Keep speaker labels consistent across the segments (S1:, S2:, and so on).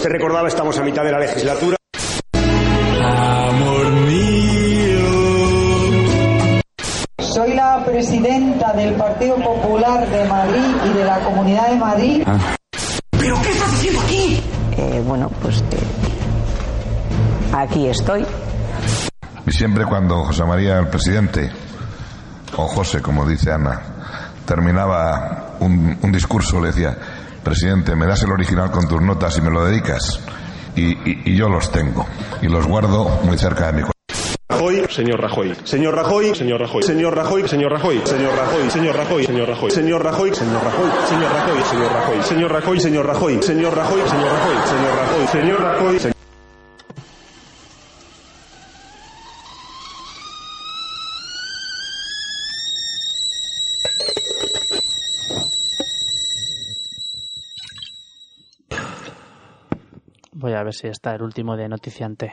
S1: Se recordaba, estamos a mitad de la legislatura.
S2: Amor mío.
S3: Soy la presidenta del Partido Popular de Madrid y de la Comunidad de Madrid. Ah.
S4: ¿Pero qué estás haciendo aquí?
S5: Eh, bueno, pues eh, aquí estoy.
S6: Y siempre cuando José María, el presidente, o José, como dice Ana, terminaba un, un discurso, le decía, presidente, me das el original con tus notas y me lo dedicas. Y, y, y yo los tengo y los guardo muy cerca de mi cuerpo.
S7: Rajoy, señor Rajoy, señor Rajoy, señor Rajoy, señor Rajoy, señor Rajoy, señor Rajoy, señor Rajoy, señor Rajoy, señor Rajoy, señor Rajoy, señor Rajoy, señor Rajoy, señor Rajoy, señor Rajoy, señor Rajoy, señor Rajoy, señor Rajoy, señor Rajoy.
S8: Voy a ver si está el último de noticiante.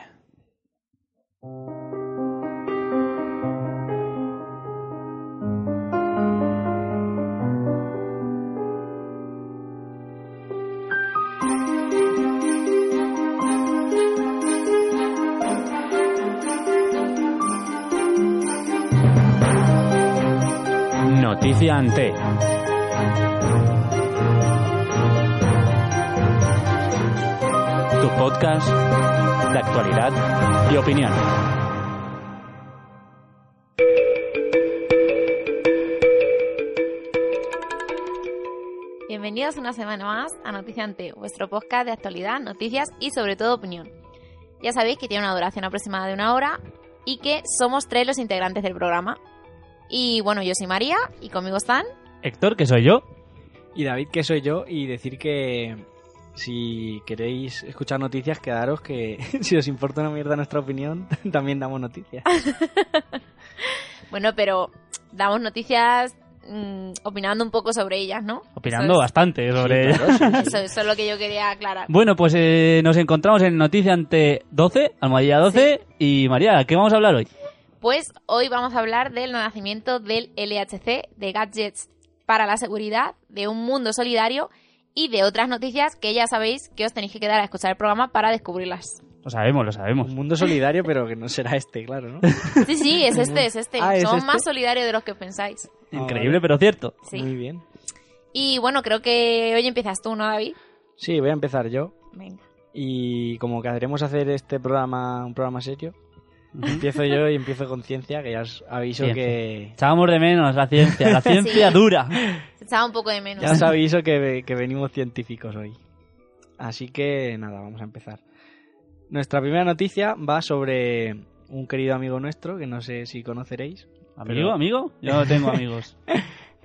S8: Noticiante. Tu podcast de actualidad y opinión.
S9: Bienvenidos una semana más a Noticiante, vuestro podcast de actualidad, noticias y sobre todo opinión. Ya sabéis que tiene una duración aproximada de una hora y que somos tres los integrantes del programa. Y bueno, yo soy María y conmigo están
S8: Héctor, que soy yo.
S10: Y David, que soy yo. Y decir que si queréis escuchar noticias, quedaros que si os importa una mierda nuestra opinión, también damos noticias.
S9: bueno, pero damos noticias mmm, opinando un poco sobre ellas, ¿no?
S8: Opinando ¿Sabes? bastante sobre sí, ellas.
S9: Claro. Eso, eso, es lo que yo quería aclarar.
S8: Bueno, pues eh, nos encontramos en Noticia ante 12, Almohadilla 12. Sí. Y María, ¿qué vamos a hablar hoy?
S9: Pues hoy vamos a hablar del nacimiento del LHC, de gadgets para la seguridad, de un mundo solidario y de otras noticias que ya sabéis que os tenéis que quedar a escuchar el programa para descubrirlas.
S8: Lo sabemos, lo sabemos.
S10: Un mundo solidario, pero que no será este, claro, ¿no?
S9: Sí, sí, es este, es este. Ah, ¿es Son este? más solidarios de los que pensáis.
S8: Increíble, pero cierto.
S9: Sí.
S10: Muy bien.
S9: Y bueno, creo que hoy empiezas tú, ¿no, David?
S10: Sí, voy a empezar yo.
S9: Venga.
S10: Y como que haremos hacer este programa un programa serio, empiezo yo y empiezo con ciencia, que ya os aviso
S8: Ciencia.
S10: que...
S8: Echábamos de menos la ciencia, la ciencia
S9: Sí.
S8: dura.
S9: Se echaba un poco de menos.
S10: Ya os aviso que, que venimos científicos hoy. Así que nada, vamos a empezar. Nuestra primera noticia va sobre un querido amigo nuestro, que no sé si conoceréis.
S8: ¿Amigo, amigo? Yo no tengo amigos.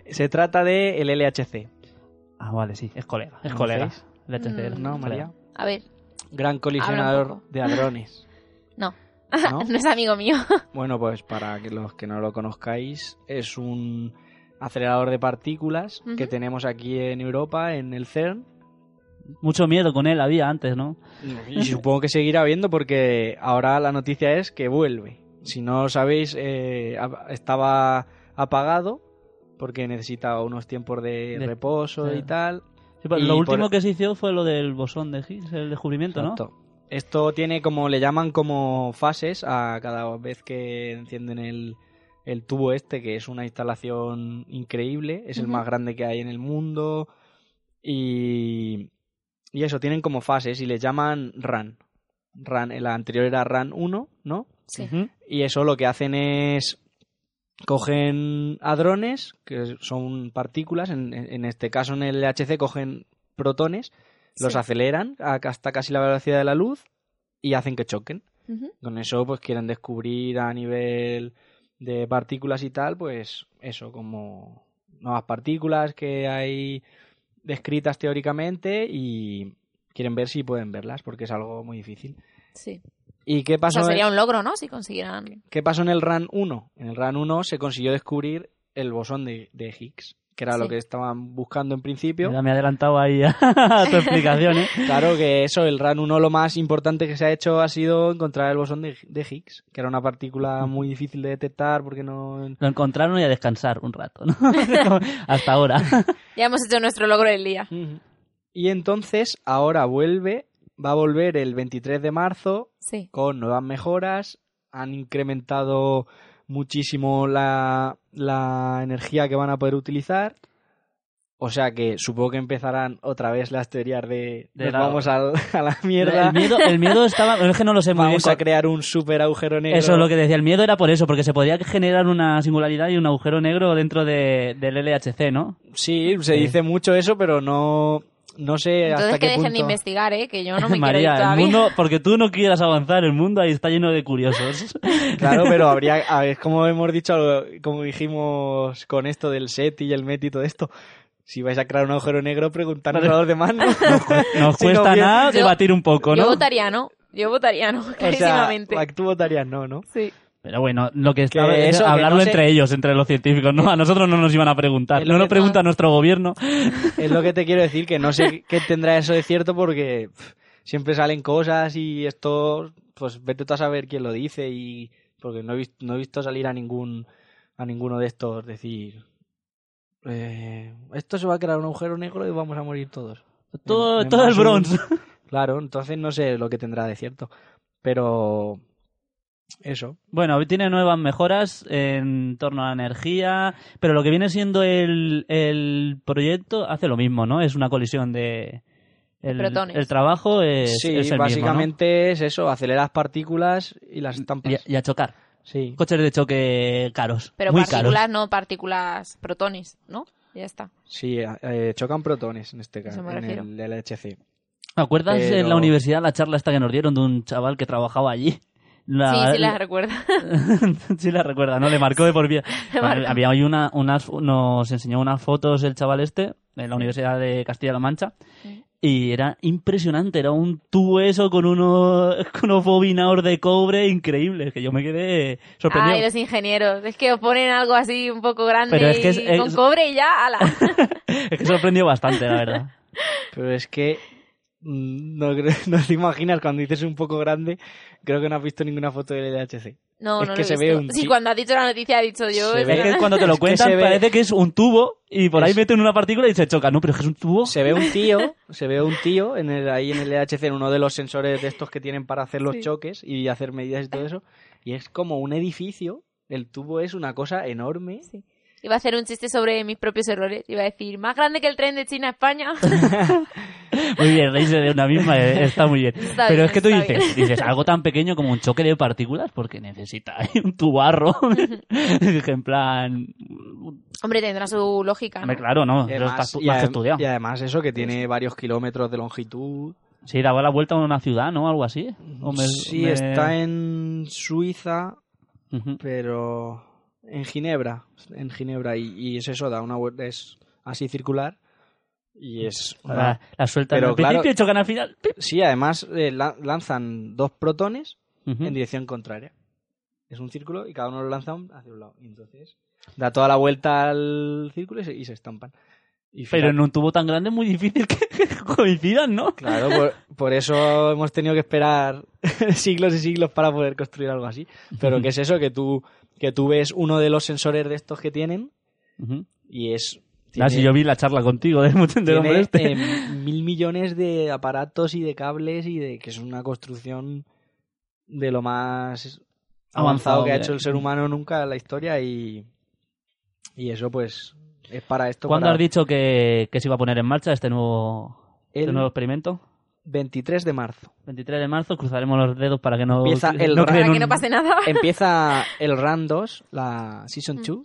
S10: Se trata de el LHC.
S8: Ah, vale, sí, es colega, es colega. Mm,
S10: ¿Conocéis?
S8: LHC,
S10: ¿No, María?
S9: A ver,
S10: Gran
S9: Habla un
S10: colisionador
S9: poco.
S10: de hadrones.
S9: no.
S10: ¿No?
S9: ¿No? es amigo mío.
S10: Bueno, pues para que los que no lo conozcáis, es un acelerador de partículas que
S9: Ujú.
S10: tenemos aquí en Europa, en el CERN.
S8: Mucho miedo con él había antes, ¿no?
S10: Y supongo que seguirá habiendo porque ahora la noticia es que vuelve. Si no lo sabéis, eh, a- estaba apagado porque necesitaba unos tiempos de,
S8: De-
S10: reposo
S8: de-
S10: y tal.
S8: Sí, pues,
S10: Y
S8: lo
S10: por-
S8: último que se hizo fue lo del bosón de Higgs, el descubrimiento, ¿no?
S10: Exacto. Esto tiene como le llaman como fases a cada vez que encienden el, el tubo este, que es una instalación increíble, es el
S9: Ujú.
S10: más grande que hay en el mundo. Y, y eso, tienen como fases y les llaman RAN. RAN, la anterior era RAN 1, ¿no?
S9: Sí.
S8: Ujú.
S10: Y eso lo que hacen es. Cogen hadrones, que son partículas, en, en este caso en el LHC cogen protones, los
S9: Sí.
S10: aceleran a- hasta casi la velocidad de la luz y hacen que choquen.
S9: Ujú.
S10: Con eso, pues quieren descubrir a nivel de partículas y tal, pues eso, como nuevas partículas que hay descritas teóricamente y quieren ver si pueden verlas porque es algo muy difícil.
S9: Sí.
S10: ¿Y qué pasó?
S9: O sea, sería un logro, ¿no? Si consiguieran.
S10: ¿Qué pasó en el RAN 1? En el RAN 1 se consiguió descubrir el bosón de, de Higgs, que era
S9: Sí.
S10: lo que estaban buscando en principio.
S8: Ya me he adelantado ahí a, a tu explicación, ¿eh?
S10: Claro que eso, el RAN 1 lo más importante que se ha hecho ha sido encontrar el bosón de, de Higgs, que era una partícula muy difícil de detectar porque no...
S8: Lo encontraron y a descansar un rato, ¿no? Como Hasta ahora.
S9: Ya hemos hecho nuestro logro del día.
S10: Y entonces ahora vuelve, va a volver el 23 de marzo
S9: Sí.
S10: con nuevas mejoras, han incrementado muchísimo la, la energía que van a poder utilizar. O sea que supongo que empezarán otra vez las teorías de,
S8: De
S10: nos
S8: la-
S10: vamos al- a, la mierda.
S8: El miedo, el miedo estaba... Es que no lo sé muy bien
S10: Vamos a
S8: cuál-
S10: crear un super agujero negro.
S8: Eso es lo que decía. El miedo era por eso, porque se podía generar una singularidad y un agujero negro dentro de, del LHC, ¿no?
S10: Sí, se
S8: Sí.
S10: dice mucho eso, pero no, no sé
S9: Entonces
S10: hasta
S9: que
S10: qué
S9: dejen
S10: punto.
S9: de investigar, ¿eh? Que yo no me quiero ir
S8: María, el
S9: todavía.
S8: mundo, porque tú no quieras avanzar, el mundo ahí está lleno de curiosos.
S10: Claro, pero habría, a ver, como hemos dicho, como dijimos con esto del set y el met y todo esto, si vais a crear un agujero negro, preguntarnos a los demás. ¿no?
S8: Nos
S10: Si no
S8: cuesta
S10: bien-
S8: nada
S9: Yo-
S8: debatir un poco,
S9: Yo
S8: ¿no?
S9: votaría no. Yo votaría no,
S10: O sea,
S9: clarísimamente.
S10: tú votarías no, ¿no?
S9: Sí.
S8: Pero bueno, lo que estaba
S10: Que
S8: es
S10: eso, que
S8: hablarlo
S10: no sé-
S8: entre ellos, entre los científicos, ¿no? A nosotros no nos iban a preguntar.
S10: Es lo
S8: No
S10: que-
S8: lo pregunta nuestro gobierno.
S10: Es lo que te quiero decir, que no sé qué tendrá eso de cierto porque pff, siempre salen cosas y esto, pues vete tú a saber quién lo dice y porque no he, vis- no he visto salir a ningún a ninguno de estos decir eh, esto se va a crear un agujero negro y vamos a morir todos.
S8: Todo-
S10: Me- me
S8: todo el
S10: paso un-
S8: bronce.
S10: Claro, entonces no sé lo que tendrá de cierto, pero eso.
S8: Bueno, tiene nuevas mejoras en torno a la energía, pero lo que viene siendo el, el proyecto hace lo mismo, ¿no? Es una colisión de... El,
S9: Protones.
S8: el trabajo es,
S10: sí,
S8: es el mismo,
S10: básicamente es eso, aceleras partículas y las
S8: ¿no?
S10: estampas.
S8: Y a, y a chocar.
S10: Sí.
S8: Coches de choque caros,
S9: Pero
S8: muy caros.
S9: partículas no, partículas protones, ¿no? Ya está.
S10: Sí, eh, chocan protones en este
S9: Eso
S10: caso,
S9: me
S10: en
S9: refiero.
S10: el LHC.
S8: ¿Me acuerdas en la
S10: Pero-
S8: universidad la charla esta que nos dieron de un chaval que trabajaba allí? La-
S9: Sí, sí las recuerdo.
S8: sí la recuerda, ¿no? Le marcó de por vida.
S9: Le marcó.
S8: Bueno, Había hoy una, unas, nos enseñó unas fotos el chaval este en la Universidad de Castilla-La Mancha y era impresionante, era un tubo eso con unos, con unos bobinados de cobre increíbles, que yo me quedé sorprendido.
S9: Ay, los ingenieros. Es que os ponen algo así un poco grande
S8: Pero es que es-
S9: y con
S8: es-
S9: cobre y ya, ala.
S8: es que sorprendió bastante, la verdad.
S10: Pero es que mm, no, cre- no te imaginas cuando dices un poco grande, creo que no has visto ninguna foto del LHC.
S9: No,
S10: Es
S9: no lo
S10: que
S9: he
S10: se ve
S9: visto.
S10: un
S9: Sí,
S10: chi-
S9: cuando has dicho la noticia he dicho yo.
S10: Se
S9: es
S10: ve-
S8: Es
S9: verdad.
S8: que cuando te lo
S10: Es que
S8: cuentan
S10: se ve-
S8: parece que es un tubo y por ahí
S10: Es-
S8: meten una partícula y se choca. No, pero es que es un tubo.
S10: Se ve un tío, se ve un tío en el, ahí en el LHC, en uno de los sensores de estos que tienen para hacer los
S9: Sí.
S10: choques y hacer medidas y todo eso, y es como un edificio, el tubo es una cosa enorme.
S9: Sí. Iba a hacer un chiste sobre mis propios errores. Iba a decir, más grande que el tren de China a España.
S8: Muy bien, reírse de una misma eh, está muy bien.
S9: Está
S8: Pero
S9: bien,
S8: es que tú
S9: está
S8: dices,
S9: bien.
S8: dices algo tan pequeño como un choque de partículas porque necesita ahí un tubarro. Dije, en plan,
S9: Hombre, tendrá su lógica, ¿no?
S8: hombre, claro, no,
S10: Y
S8: eso está
S10: además-
S8: estu-
S10: y
S8: más que
S10: adem-
S8: estudiado.
S10: y además eso que tiene varios kilómetros de longitud.
S8: Sí, daba la vuelta a una ciudad, ¿no? Algo así. O me-
S10: sí,
S8: me-
S10: está en Suiza,
S8: Ujú.
S10: pero en Ginebra, en Ginebra y, y es eso, da una vuelta, es así circular y es
S8: La, la suelta
S10: Pero
S8: al
S10: claro-
S8: principio y chocan al final. ¡pip!
S10: sí, además eh, la- lanzan dos protones
S8: Ujú.
S10: en dirección contraria. Es un círculo y cada uno lo lanza un- hacia un lado y entonces da toda la vuelta al círculo y se, y se estampan. Y
S8: Pero
S10: fíjate,
S8: en un tubo tan grande es muy difícil que coincidan, ¿no?
S10: Claro, por, por eso hemos tenido que esperar siglos y siglos para poder construir algo así. Pero que es eso, que tú, que tú ves uno de los sensores de estos que tienen
S8: Ujú.
S10: y es...
S8: Ah, si yo vi la charla contigo del, del
S10: tiene,
S8: hombre este.
S10: eh, mil millones de aparatos y de cables y de que es una construcción de lo más avanzado,
S8: Avanzado,
S10: que ha
S8: mira.
S10: hecho el ser humano nunca en la historia y, y eso pues es para esto.
S8: ¿Cuándo
S10: para
S8: has dicho que, que se iba a poner en marcha este nuevo, este
S10: El-
S8: nuevo experimento?
S10: 23 de marzo.
S8: 23 de marzo cruzaremos los dedos para que no,
S10: Empieza el
S8: no
S10: Para
S8: creen
S9: Para
S8: un-
S9: que no pase nada.
S10: Empieza el RAN 2, la Season 2.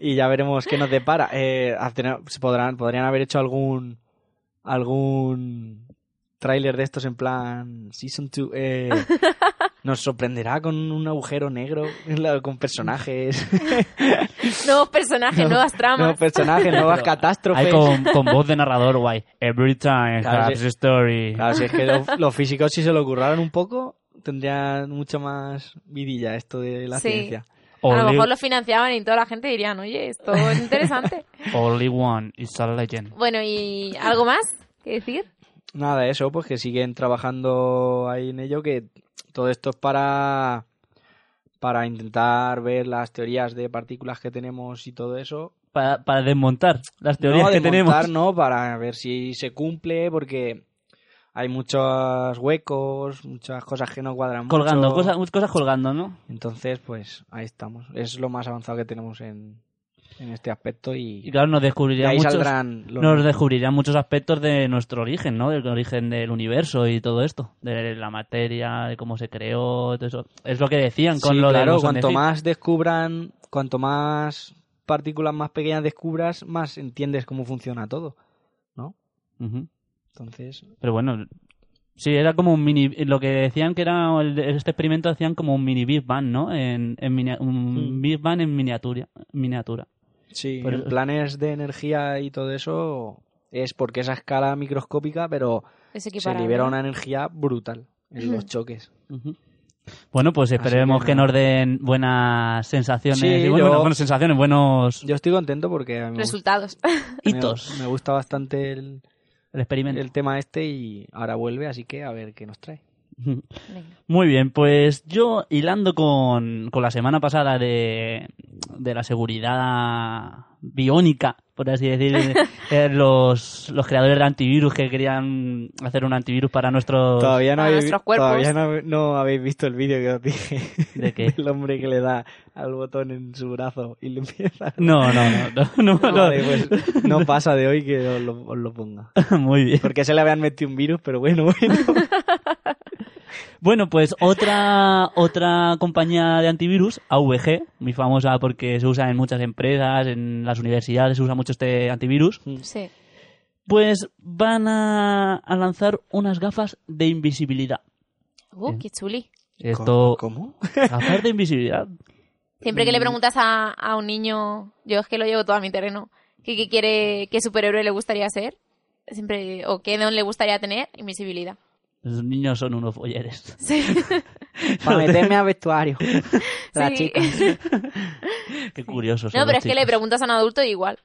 S10: y ya veremos qué nos depara. Eh, al tener- se podrán, podrían haber hecho algún algún tráiler de estos en plan Season 2. eh, nos sorprenderá con un agujero negro con personajes.
S9: nuevos personajes, no, nuevas tramas.
S10: Nuevos personajes, nuevas catástrofes.
S8: Hay con, con, voz de narrador guay. Every time claro, has si, a story.
S10: Claro, si es que los lo físicos si se lo curraran un poco, tendrían mucho más vidilla esto de la
S9: Sí.
S10: ciencia.
S9: A lo mejor lo financiaban y toda la gente dirían, oye, esto es interesante.
S8: Only one is a legend.
S9: Bueno, ¿y algo más que decir?
S10: Nada, eso, pues que siguen trabajando ahí en ello, que todo esto es para, para intentar ver las teorías de partículas que tenemos y todo eso.
S8: Para, para desmontar las teorías
S10: no,
S8: que
S10: desmontar,
S8: tenemos.
S10: No, para ver si se cumple, porque hay muchos huecos, muchas cosas que no cuadran
S8: Colgando,
S10: mucho.
S8: cosas, cosas colgando, ¿no?
S10: Entonces, pues ahí estamos. Es lo más avanzado que tenemos en, en este aspecto y,
S8: Y claro, nos
S10: de
S8: descubrirán,
S10: ahí
S8: muchos,
S10: saldrán los-
S8: nos descubrirán muchos aspectos de nuestro origen, ¿no? Del origen del universo y todo esto. De la materia, de cómo se creó, todo eso. Es lo que decían con
S10: Sí,
S8: lo
S10: claro,
S8: de los
S10: cuanto
S8: ONG.
S10: más descubran, cuanto más partículas más pequeñas descubras, más entiendes cómo funciona todo, ¿no?
S8: Ujú.
S10: Entonces,
S8: Pero bueno, sí, era como un mini... Lo que decían que era... el- Este experimento hacían como un mini Big Bang, ¿no? En, en minia- un
S10: Mm.
S8: Big Bang en miniatura. miniatura.
S10: sí,
S8: Pero-
S10: pues, en planes de energía y todo eso es porque esa escala microscópica, pero
S9: Es
S10: se
S9: equiparable.
S10: libera una energía brutal en los choques.
S8: Bueno, pues esperemos
S10: Así
S8: que,
S10: que
S8: nos den buenas sensaciones.
S10: Sí,
S8: y bueno,
S10: yo-
S8: buenas, buenas sensaciones, buenos
S10: Yo estoy contento porque a mí me, gust-
S9: Resultados.
S8: hitos.
S10: me- me gusta bastante el,
S8: El experimento.
S10: el tema este y ahora vuelve, así que a ver qué nos trae.
S9: Venga.
S8: Muy bien, pues yo hilando con, con la semana pasada de, de la seguridad biónica, por así decir, eh, los, los creadores de antivirus que querían hacer un antivirus para nuestros...
S10: Todavía no,
S9: a
S10: habéis,
S9: nuestros cuerpos.
S10: todavía no, no habéis visto el vídeo que os dije.
S8: ¿De qué?
S10: El hombre que le da al botón en su brazo y le empieza.
S8: No, no, no, no, no, no.
S10: Vale, pues, no pasa de hoy que os lo, os lo ponga.
S8: Muy bien.
S10: Porque se le habían metido un virus, pero bueno, bueno.
S8: Bueno, pues otra, otra compañía de antivirus, AVG, muy famosa porque se usa en muchas empresas, en las universidades se usa mucho este antivirus,
S9: Sí.
S8: pues van a, a lanzar unas gafas de invisibilidad.
S9: Uh,
S8: Bien.
S9: qué chuli.
S8: Esto,
S10: ¿Cómo?
S8: gafas de invisibilidad.
S9: Siempre que le preguntas a, a un niño, yo es que lo llevo todo a mi terreno, que, que quiere, qué superhéroe le gustaría ser, siempre, o qué don le gustaría tener, invisibilidad.
S8: Los niños son unos folleres.
S9: Sí.
S10: Para meterme a vestuario. La
S9: Sí.
S10: chica. Pues
S8: Qué curiosos. son
S9: No, pero es
S8: los
S9: que le
S8: chicos.
S9: preguntas a un adulto y igual.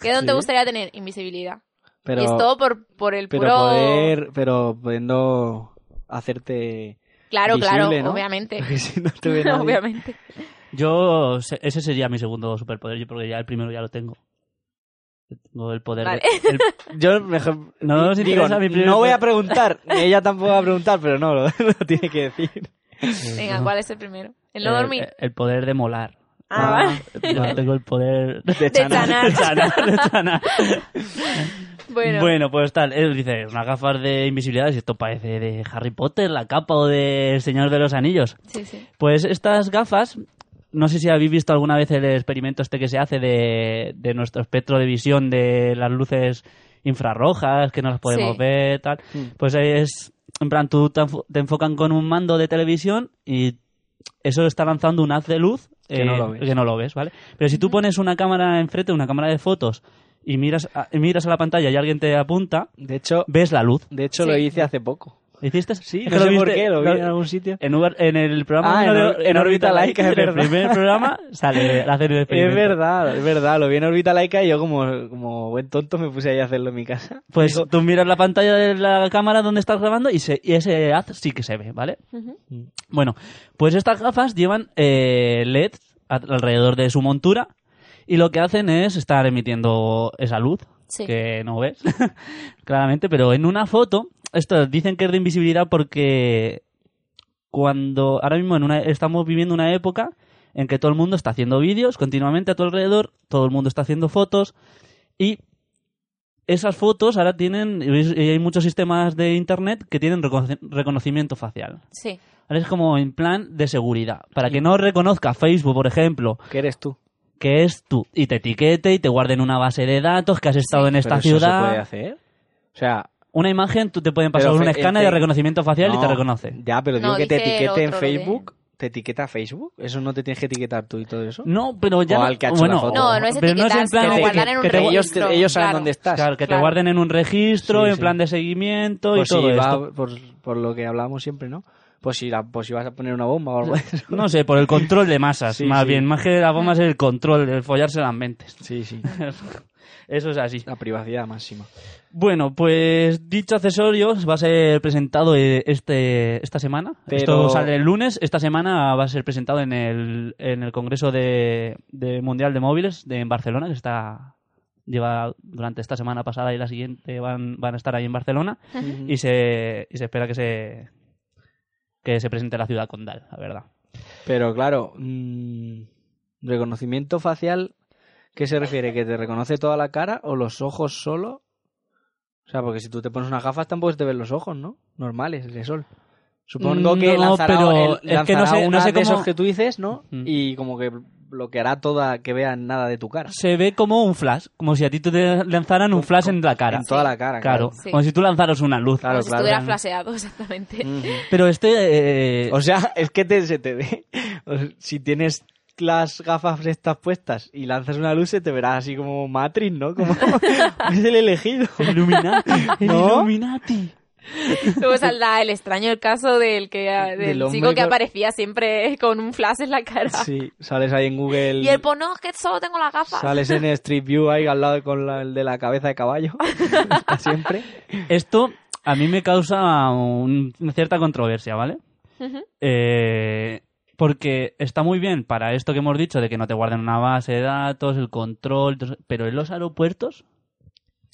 S9: ¿Qué don te gustaría tener? Invisibilidad.
S10: Pero,
S9: y es todo por, por el
S10: pero
S9: puro...
S10: poder. Pero pudiendo hacerte.
S9: Claro, claro,
S10: visible, ¿no?
S9: obviamente.
S10: Porque si no te ve nadie.
S9: obviamente.
S8: Yo, se- ese sería mi segundo superpoder, yo porque ya el primero ya lo tengo. Tengo el poder. de-
S9: Vale.
S8: el- eh,
S10: Yo mejor.
S8: No nos
S10: digo,
S8: interesa mi primer-
S10: no voy a preguntar. Ella tampoco va a preguntar, pero no, lo, lo tiene que decir.
S9: Venga, ¿cuál es el primero? El no
S8: el-
S9: dormir.
S8: El, poder de molar.
S9: Ah, vale.
S8: Yo tengo el poder
S10: De
S9: De chanar.
S8: de chanar, de chanar.
S9: Bueno,
S8: Bueno, pues tal, él dice, unas gafas de invisibilidad, si esto parece de Harry Potter, la capa o de El Señor de los Anillos.
S9: sí, sí.
S8: Pues estas gafas, no sé si habéis visto alguna vez el experimento este que se hace de, de nuestro espectro de visión de las luces infrarrojas que no las podemos
S9: Sí.
S8: ver, tal.
S10: Mm.
S8: Pues es, en plan, tú te enfo- te enfocan con un mando de televisión y eso está lanzando un haz de luz eh,
S10: Que no lo ves.
S8: que no lo ves, ¿vale? Pero si tú pones una cámara enfrente, una cámara de fotos, y miras a, y miras a la pantalla y alguien te apunta,
S10: De hecho,
S8: ves la luz.
S10: de hecho
S9: Sí.
S10: lo hice hace poco.
S8: ¿Hiciste?
S10: Sí,
S8: Es que
S10: no sé por
S8: viste-
S10: qué, lo vi en
S8: lo-
S10: algún sitio.
S8: en, Uber- en el programa
S10: Ah,
S8: de-
S10: en
S8: de-
S10: Or- en Órbita Laica, es
S8: en el
S10: verdad.
S8: primer programa sale hacer el
S10: Es
S8: experimento.
S10: verdad, es verdad, lo vi en órbita laica y yo como, como buen tonto me puse ahí a hacerlo en mi casa.
S8: Pues tú miras la pantalla de la cámara donde estás grabando y, se- y ese haz sí que se ve, ¿vale?
S9: Ujú.
S8: Bueno, pues estas gafas llevan eh, LEDs a- alrededor de su montura y lo que hacen es estar emitiendo esa luz
S9: Sí.
S8: que no ves, claramente, pero en una foto, esto dicen que es de invisibilidad porque cuando ahora mismo en una, estamos viviendo una época en que todo el mundo está haciendo vídeos continuamente a tu alrededor, todo el mundo está haciendo fotos y esas fotos ahora tienen, y hay muchos sistemas de internet que tienen reconoci- reconocimiento facial.
S9: Sí.
S8: Ahora es como en plan de seguridad. Para que no reconozca Facebook, por ejemplo,
S10: ¿Qué eres tú?
S8: que es tú, y te etiquete y te guarde en una base de datos que has estado en esta
S10: ¿Pero eso se puede
S8: ciudad.
S10: hacer? O sea,
S8: Una imagen, tú te pueden pasar
S10: Pero
S8: un
S10: fe-
S8: escáner
S10: en
S8: de
S10: fe-
S8: reconocimiento facial y
S10: No,
S8: te reconoce.
S10: Ya, pero digo
S9: No,
S10: que te
S9: dice el
S10: etiquete en
S9: otro, lo de-
S10: Facebook. ¿Te etiqueta Facebook? ¿Eso no te tienes que etiquetar tú y todo eso?
S8: No, pero ya.
S10: O
S8: no-
S10: al que ha hecho
S8: bueno,
S10: la foto.
S9: No, no es
S8: pero no es en
S9: etiquetar,
S8: plan
S9: sino
S8: de
S9: guardar en un
S8: que te-
S10: ellos,
S9: registro,
S10: ellos saben
S9: claro.
S10: dónde estás.
S8: Claro, que
S9: Claro.
S8: te guarden en un registro,
S10: Sí,
S8: en
S10: sí.
S8: plan de seguimiento
S10: Pues
S8: y
S10: si
S8: todo
S10: va-
S8: esto.
S10: por, por lo que hablamos siempre, ¿no? Pues si, la- pues si vas a poner una bomba o algo así.
S8: No sé, por el control de masas,
S10: Sí,
S8: más
S10: sí.
S8: bien. Más que la bomba es el control, el follarse las mentes.
S10: Sí, sí.
S8: Eso es así.
S10: La privacidad máxima.
S8: Bueno, pues dicho accesorio va a ser presentado eh, este, esta semana.
S10: Pero-
S8: Esto sale el lunes. Esta semana va a ser presentado en el, en el Congreso de, de Mundial de Móviles de, en Barcelona, que está lleva durante esta semana pasada y la siguiente van, van a estar ahí en Barcelona. Y se, y se espera que se, que se presente la ciudad condal, la verdad.
S10: Pero claro, mm, reconocimiento facial, ¿qué se refiere? ¿Que te reconoce toda la cara o los ojos solo? O sea, porque si tú te pones unas gafas tampoco te ven los ojos, ¿no? Normales, de sol. Supongo que
S8: Mm, No,
S10: lanzará,
S8: pero
S10: el-
S8: es que no
S10: lanzará
S8: sé- no
S10: una
S8: sé
S10: de
S8: cómo-
S10: esos que tú dices, ¿no?
S8: Mm.
S10: Y como que bloqueará toda, que vean nada de tu cara.
S8: Se ve como un flash, como si a ti te lanzaran un flash en la cara.
S10: En toda la cara,
S8: Claro,
S10: claro.
S9: Sí.
S8: como si tú lanzaras una luz.
S10: Claro,
S9: Como si estuviera
S10: claro.
S9: flaseado,
S8: Mm.
S9: exactamente.
S10: Ujú.
S8: Pero este... eh,
S10: O sea, es que te- se te ve. O sea, si tienes las gafas estas puestas y lanzas una luz, se te verá así como Matrix, ¿no? Como es el elegido.
S8: Illuminati, el
S10: ¿No?
S8: Illuminati.
S9: Luego saldrá el extraño el caso del que ah, del,
S10: Del hombre
S9: chico que
S10: con-
S9: aparecía siempre con un flash en la cara.
S10: Sí, sales ahí en Google.
S9: Y él, pues no, es que solo tengo las gafas.
S10: Sales en Street View ahí al lado con la- el de la cabeza de caballo. Está siempre.
S8: Esto a mí me causa un- una cierta controversia, ¿vale?
S9: Ujú.
S8: Eh, porque está muy bien para esto que hemos dicho de que no te guarden una base de datos, el control, todo eso, pero en los aeropuertos,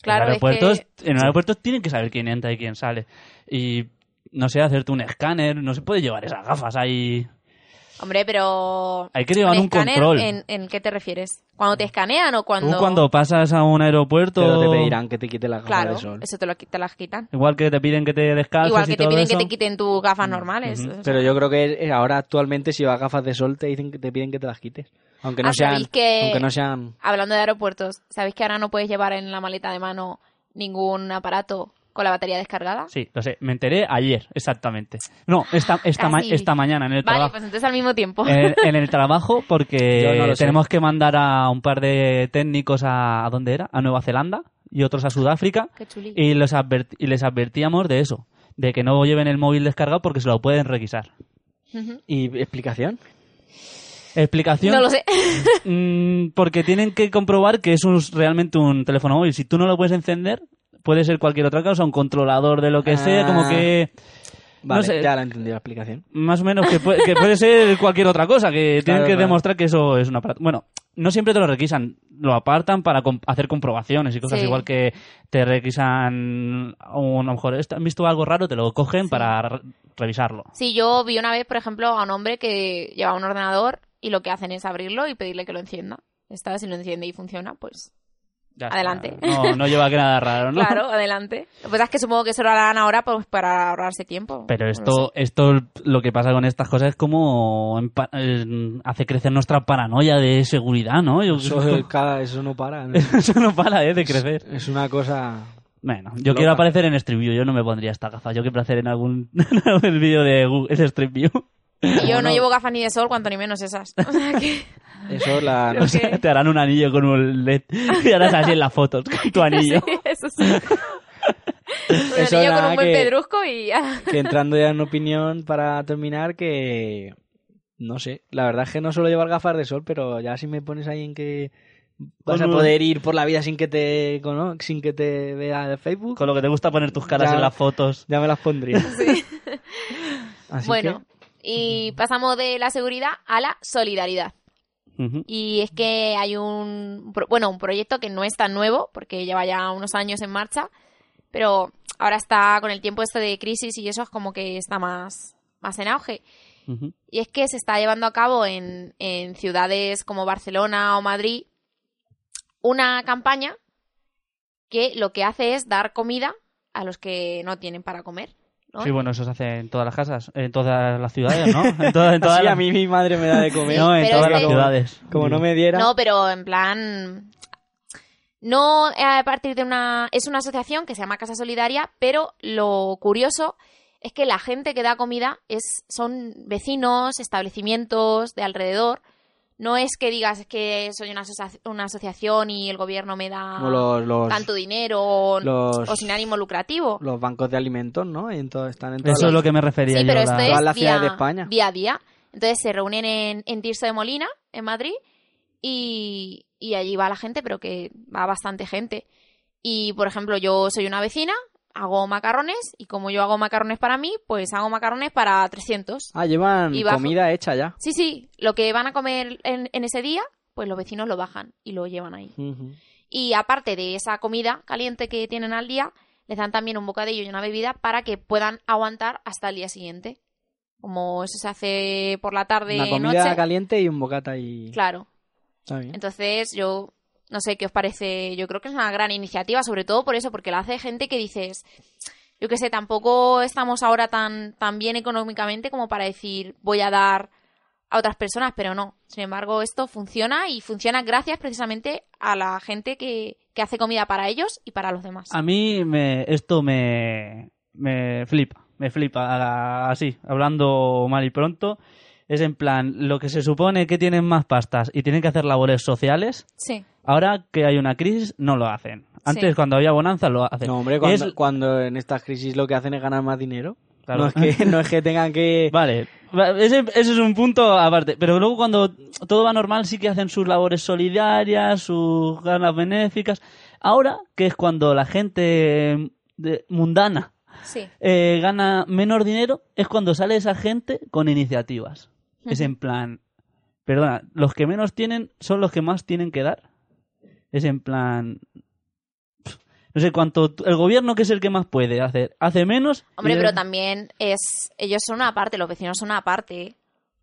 S9: Claro,
S8: en,
S9: es
S8: aeropuertos
S9: que-
S8: en los aeropuertos tienen que saber quién entra y quién sale. Y no sé, hacerte un escáner, no se puede llevar esas gafas ahí.
S9: Hombre, pero.
S8: Hay que llevar un
S9: escáner,
S8: control.
S9: ¿en, en qué te refieres? ¿Cuando te escanean o cuando.?
S8: Tú cuando pasas a un aeropuerto,
S10: Pero te pedirán que te quite las gafas
S9: Claro,
S10: de sol.
S9: eso te, lo, qui- te las quitan.
S8: igual que te piden que te descalces
S9: Igual que
S8: y
S9: te
S8: todo
S9: piden
S8: eso.
S9: que te quiten tus gafas normales.
S8: Ujú.
S9: o sea.
S10: Pero yo creo que eh, ahora actualmente si vas gafas de sol te dicen que te piden que te las quites. Aunque no
S9: Ah,
S10: sean.
S9: ¿sabéis que-
S10: Aunque no sean.
S9: Hablando de aeropuertos, ¿sabéis que ahora no puedes llevar en la maleta de mano ningún aparato con la batería descargada?
S8: Sí, lo sé. Me enteré ayer, exactamente. No, esta, esta, ma-
S9: Casi.
S8: esta mañana en el
S9: Vale,
S8: trabajo. Eh,
S9: pues entonces al mismo tiempo.
S8: En, en el trabajo, porque
S10: Yo no lo sé.
S8: tenemos que mandar a un par de técnicos a, ¿a dónde era? A Nueva Zelanda y otros a Sudáfrica.
S9: Qué chulí.
S8: Y, los advert- y les advertíamos de eso, de que no lleven el móvil descargado porque se lo pueden requisar.
S9: Ujú.
S10: ¿Y explicación?
S8: Explicación.
S9: No lo sé.
S8: Mm, porque tienen que comprobar que es un- realmente un teléfono móvil. Si tú no lo puedes encender, puede ser cualquier otra cosa, un controlador de lo que sea,
S10: Ah.
S8: como que
S10: Vale,
S8: sé.
S10: ya la entendí la explicación.
S8: más o menos que puede, que puede ser cualquier otra cosa, que tienen
S10: Claro,
S8: que
S10: claro.
S8: demostrar que eso es un aparato. Bueno, no siempre te lo requisan, lo apartan para com- hacer comprobaciones y cosas,
S9: Sí.
S8: igual que te requisan, o a lo mejor "Esto- han visto algo raro, te lo cogen para re- revisarlo.
S9: Sí, yo vi una vez, por ejemplo, a un hombre que lleva un ordenador y lo que hacen es abrirlo y pedirle que lo encienda. Esta vez si lo enciende y funciona, pues
S8: Ya está.
S9: Adelante.
S8: No, no lleva que nada raro, ¿no?
S9: claro, adelante. Lo que pasa es que supongo que eso lo harán ahora pues, para ahorrarse tiempo.
S8: Pero
S9: No
S8: esto,
S9: lo sé.
S8: esto lo que pasa con estas cosas es como empa- eh, hace crecer nuestra paranoia de seguridad, ¿no? Yo-
S10: Eso, cada- eso no para. ¿no?
S8: eso no para eh, de crecer.
S10: Es una cosa.
S8: Bueno, yo
S10: Loca.
S8: quiero aparecer en Street View, yo no me pondría esta gafa, yo quiero hacer en algún en algún vídeo de Google es Street View.
S9: Y yo no, llevo gafas ni de sol, cuanto ni menos esas. O sea que-
S10: Eso la.
S9: Creo
S8: O sea,
S9: que-
S8: Te harán un anillo con un LED y harás así en las fotos con tu anillo.
S9: Sí, eso sí. Un
S10: Eso
S9: anillo con
S10: nada
S9: un buen
S10: que-
S9: pedrusco y ya.
S10: que entrando ya en opinión para terminar, que no sé, la verdad es que no suelo llevar gafas de sol, pero ya si me pones ahí en que vas a
S8: Con un-
S10: poder ir por la vida sin que te cono- sin que te vea de Facebook,
S8: Con lo que te gusta poner tus caras
S10: Ya.
S8: en las fotos.
S10: ya me las pondría. Así
S9: Bueno, y pasamos de la seguridad a la solidaridad.
S8: Ujú.
S9: Y es que hay un, pro- bueno, un proyecto que no es tan nuevo, porque lleva ya unos años en marcha, pero ahora está con el tiempo esto de crisis y eso es como que está más, más en auge.
S8: Ujú.
S9: Y es que se está llevando a cabo en, en ciudades como Barcelona o Madrid una campaña que lo que hace es dar comida a los que no tienen para comer. ¿no?
S8: Sí, bueno, eso se hace en todas las casas, en todas las ciudades, ¿no? En todas, en
S10: que
S8: todas
S10: así
S8: las-
S10: a mí mi madre me da de comer.
S8: No, en
S9: pero
S8: todas
S9: es
S8: las
S9: que-
S8: ciudades.
S10: Como no me diera,
S9: No, pero en plan No eh, a partir de una. Es una asociación que se llama Casa Solidaria, pero lo curioso es que la gente que da comida es, son vecinos, establecimientos de alrededor. No es que digas es que soy una, asocia una asociación y el gobierno me da
S10: los, los,
S9: tanto dinero o,
S10: los,
S9: o sin ánimo lucrativo.
S10: Los bancos de alimentos, ¿no? Y en todo, están en
S8: Eso es
S10: las,
S8: lo que me refería.
S9: Sí,
S8: yo
S9: pero
S8: a
S9: esto
S8: la-
S9: es
S10: todas las
S9: día,
S10: ciudades de España.
S9: día a día. Entonces se reúnen en, en Tirso de Molina, en Madrid, y, y allí va la gente, pero que va bastante gente. Y, por ejemplo, yo soy una vecina, hago macarrones, y como yo hago macarrones para mí, pues hago macarrones para 300.
S10: Ah, llevan
S9: Y bajo.
S10: comida hecha ya.
S9: Sí, sí, lo que van a comer en, en ese día, pues los vecinos lo bajan y lo llevan ahí.
S10: Ujú.
S9: Y aparte de esa comida caliente que tienen al día, les dan también un bocadillo y una bebida para que puedan aguantar hasta el día siguiente. Como eso se hace por la tarde,
S10: Una comida
S9: noche.
S10: caliente y un bocata y...
S9: Claro.
S10: Está bien.
S9: Entonces, yo no sé qué os parece. Yo creo que es una gran iniciativa, sobre todo por eso, porque la hace gente que dices, yo qué sé, tampoco estamos ahora tan, tan bien económicamente como para decir, voy a dar a otras personas, pero no. Sin embargo, esto funciona y funciona gracias precisamente a la gente que, que hace comida para ellos y para los demás.
S8: A mí me, esto me, me flipa, me flipa, a la- así, hablando mal y pronto. Es en plan, lo que se supone que tienen más pastas y tienen que hacer labores sociales,
S9: Sí.
S8: ahora que hay una crisis no lo hacen. Antes,
S9: Sí.
S8: cuando había bonanza, lo hacen.
S10: No, hombre, cuando,
S8: Es-
S10: cuando en estas crisis lo que hacen es ganar más dinero.
S8: Claro.
S10: No, es que, no es que tengan que...
S8: Vale, va- ese, ese es un punto aparte. Pero luego cuando todo va normal sí que hacen sus labores solidarias, sus ganas benéficas. Ahora, que es cuando la gente eh, de- mundana
S9: Sí.
S8: eh, gana menos dinero, es cuando sale esa gente con iniciativas. Es em- en plan, perdona, los que menos tienen son los que más tienen que dar. Es en plan... pf, No sé cuánto... El gobierno, que es el que más puede hacer, hace menos... y
S9: Hombre,
S8: el-
S9: pero también es. Ellos son una parte, los vecinos son una parte.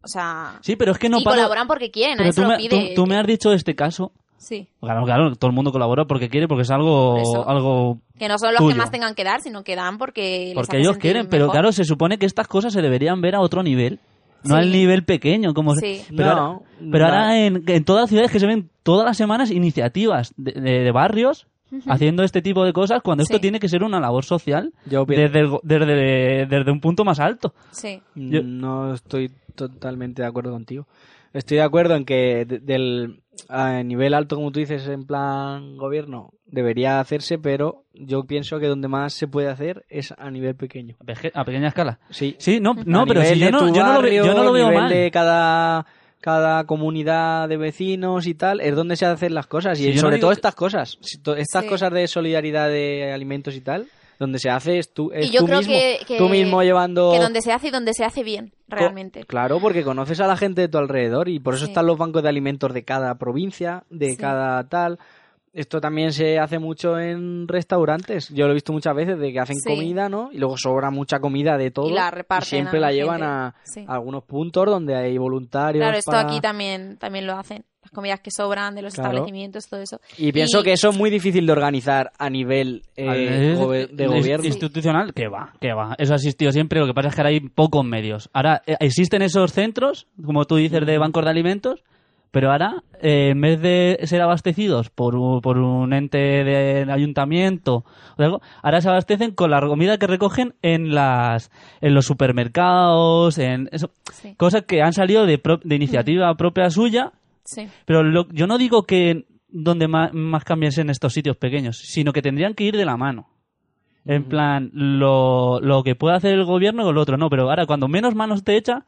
S9: O sea.
S8: Sí, pero es que no
S9: y
S8: para-
S9: colaboran porque quieren, nadie
S8: Pero
S9: se
S8: tú
S9: lo
S8: me,
S9: pide.
S8: tú- tú me has dicho este caso.
S9: Sí.
S8: Claro, claro, todo el mundo colabora porque quiere, porque es algo.
S9: Eso.
S8: algo
S9: Que no son los
S8: tuyo.
S9: que más tengan que dar, sino que dan porque. les
S8: Porque
S9: hace
S8: ellos
S9: sentir
S8: quieren, pero
S9: mejor.
S8: claro, se supone que estas cosas se deberían ver a otro nivel. No
S9: Sí.
S8: al nivel pequeño, como.
S9: Sí.
S8: Pero
S10: No,
S8: ahora, pero
S10: no.
S8: ahora en, en todas las ciudades que se ven todas las semanas iniciativas de, de- de barrios
S9: Ujú.
S8: haciendo este tipo de cosas, cuando esto
S9: Sí.
S8: tiene que ser una labor social
S10: Yo opino-
S8: desde, el go- desde, desde un punto más alto.
S9: Sí.
S8: Yo-
S10: No estoy totalmente de acuerdo contigo. Estoy de acuerdo en que de- del a nivel alto, como tú dices, en plan gobierno, debería hacerse, pero yo pienso que donde más se puede hacer es a nivel pequeño.
S8: A peje- A pequeña escala.
S10: Sí,
S8: Sí, no, no
S10: A
S8: pero
S10: nivel
S8: si yo
S10: de
S8: no,
S10: tu
S8: yo no lo, ve- yo
S10: barrio,
S8: no lo veo
S10: nivel
S8: mal.
S10: de cada, cada comunidad de vecinos y tal, es donde se hacen las cosas.
S8: Sí,
S10: Y
S8: yo no
S10: sobre
S8: digo
S10: todo
S8: que-
S10: estas cosas, si to- estas
S9: Sí.
S10: cosas de solidaridad de alimentos y tal, donde se hace es tú, es
S9: y yo
S10: tú
S9: creo
S10: mismo.
S9: que, que-
S10: tú mismo llevando...
S9: Que donde se hace y donde se hace bien, realmente.
S10: Co- Claro, porque conoces a la gente de tu alrededor y por eso
S9: Sí.
S10: están los bancos de alimentos de cada provincia, de
S9: Sí.
S10: cada tal. Esto también se hace mucho en restaurantes. Yo lo he visto muchas veces de que hacen
S9: Sí.
S10: comida, ¿no? Y luego sobra mucha comida de todo.
S9: Y la reparten
S10: siempre
S9: a la
S10: la llevan
S9: gente.
S10: a,
S9: Sí.
S10: a algunos puntos donde hay voluntarios.
S9: Claro, esto
S10: para-
S9: aquí también, también lo hacen. Las comidas que sobran de los
S10: Claro.
S9: establecimientos, todo eso.
S10: Y pienso
S9: y-
S10: que eso es muy difícil de organizar a nivel eh,
S8: Al-
S10: gobe- de
S8: es-
S10: gobierno.
S8: Institucional, que va, que va. Eso ha existido siempre, lo que pasa es que ahora hay pocos medios. Ahora eh, existen esos centros, como tú dices, de bancos de alimentos, pero ahora, eh, en vez de ser abastecidos por, u- por un ente del ayuntamiento o algo, ahora se abastecen con la comida que recogen en las en los supermercados, en eso,
S9: Sí.
S8: cosas que han salido de, pro- de iniciativa propia suya
S9: Sí.
S8: pero lo- yo no digo que donde más, más cambies en estos sitios pequeños, sino que tendrían que ir de la mano. En plan, lo, lo que puede hacer el gobierno con lo otro, no, pero ahora cuando menos manos te echa,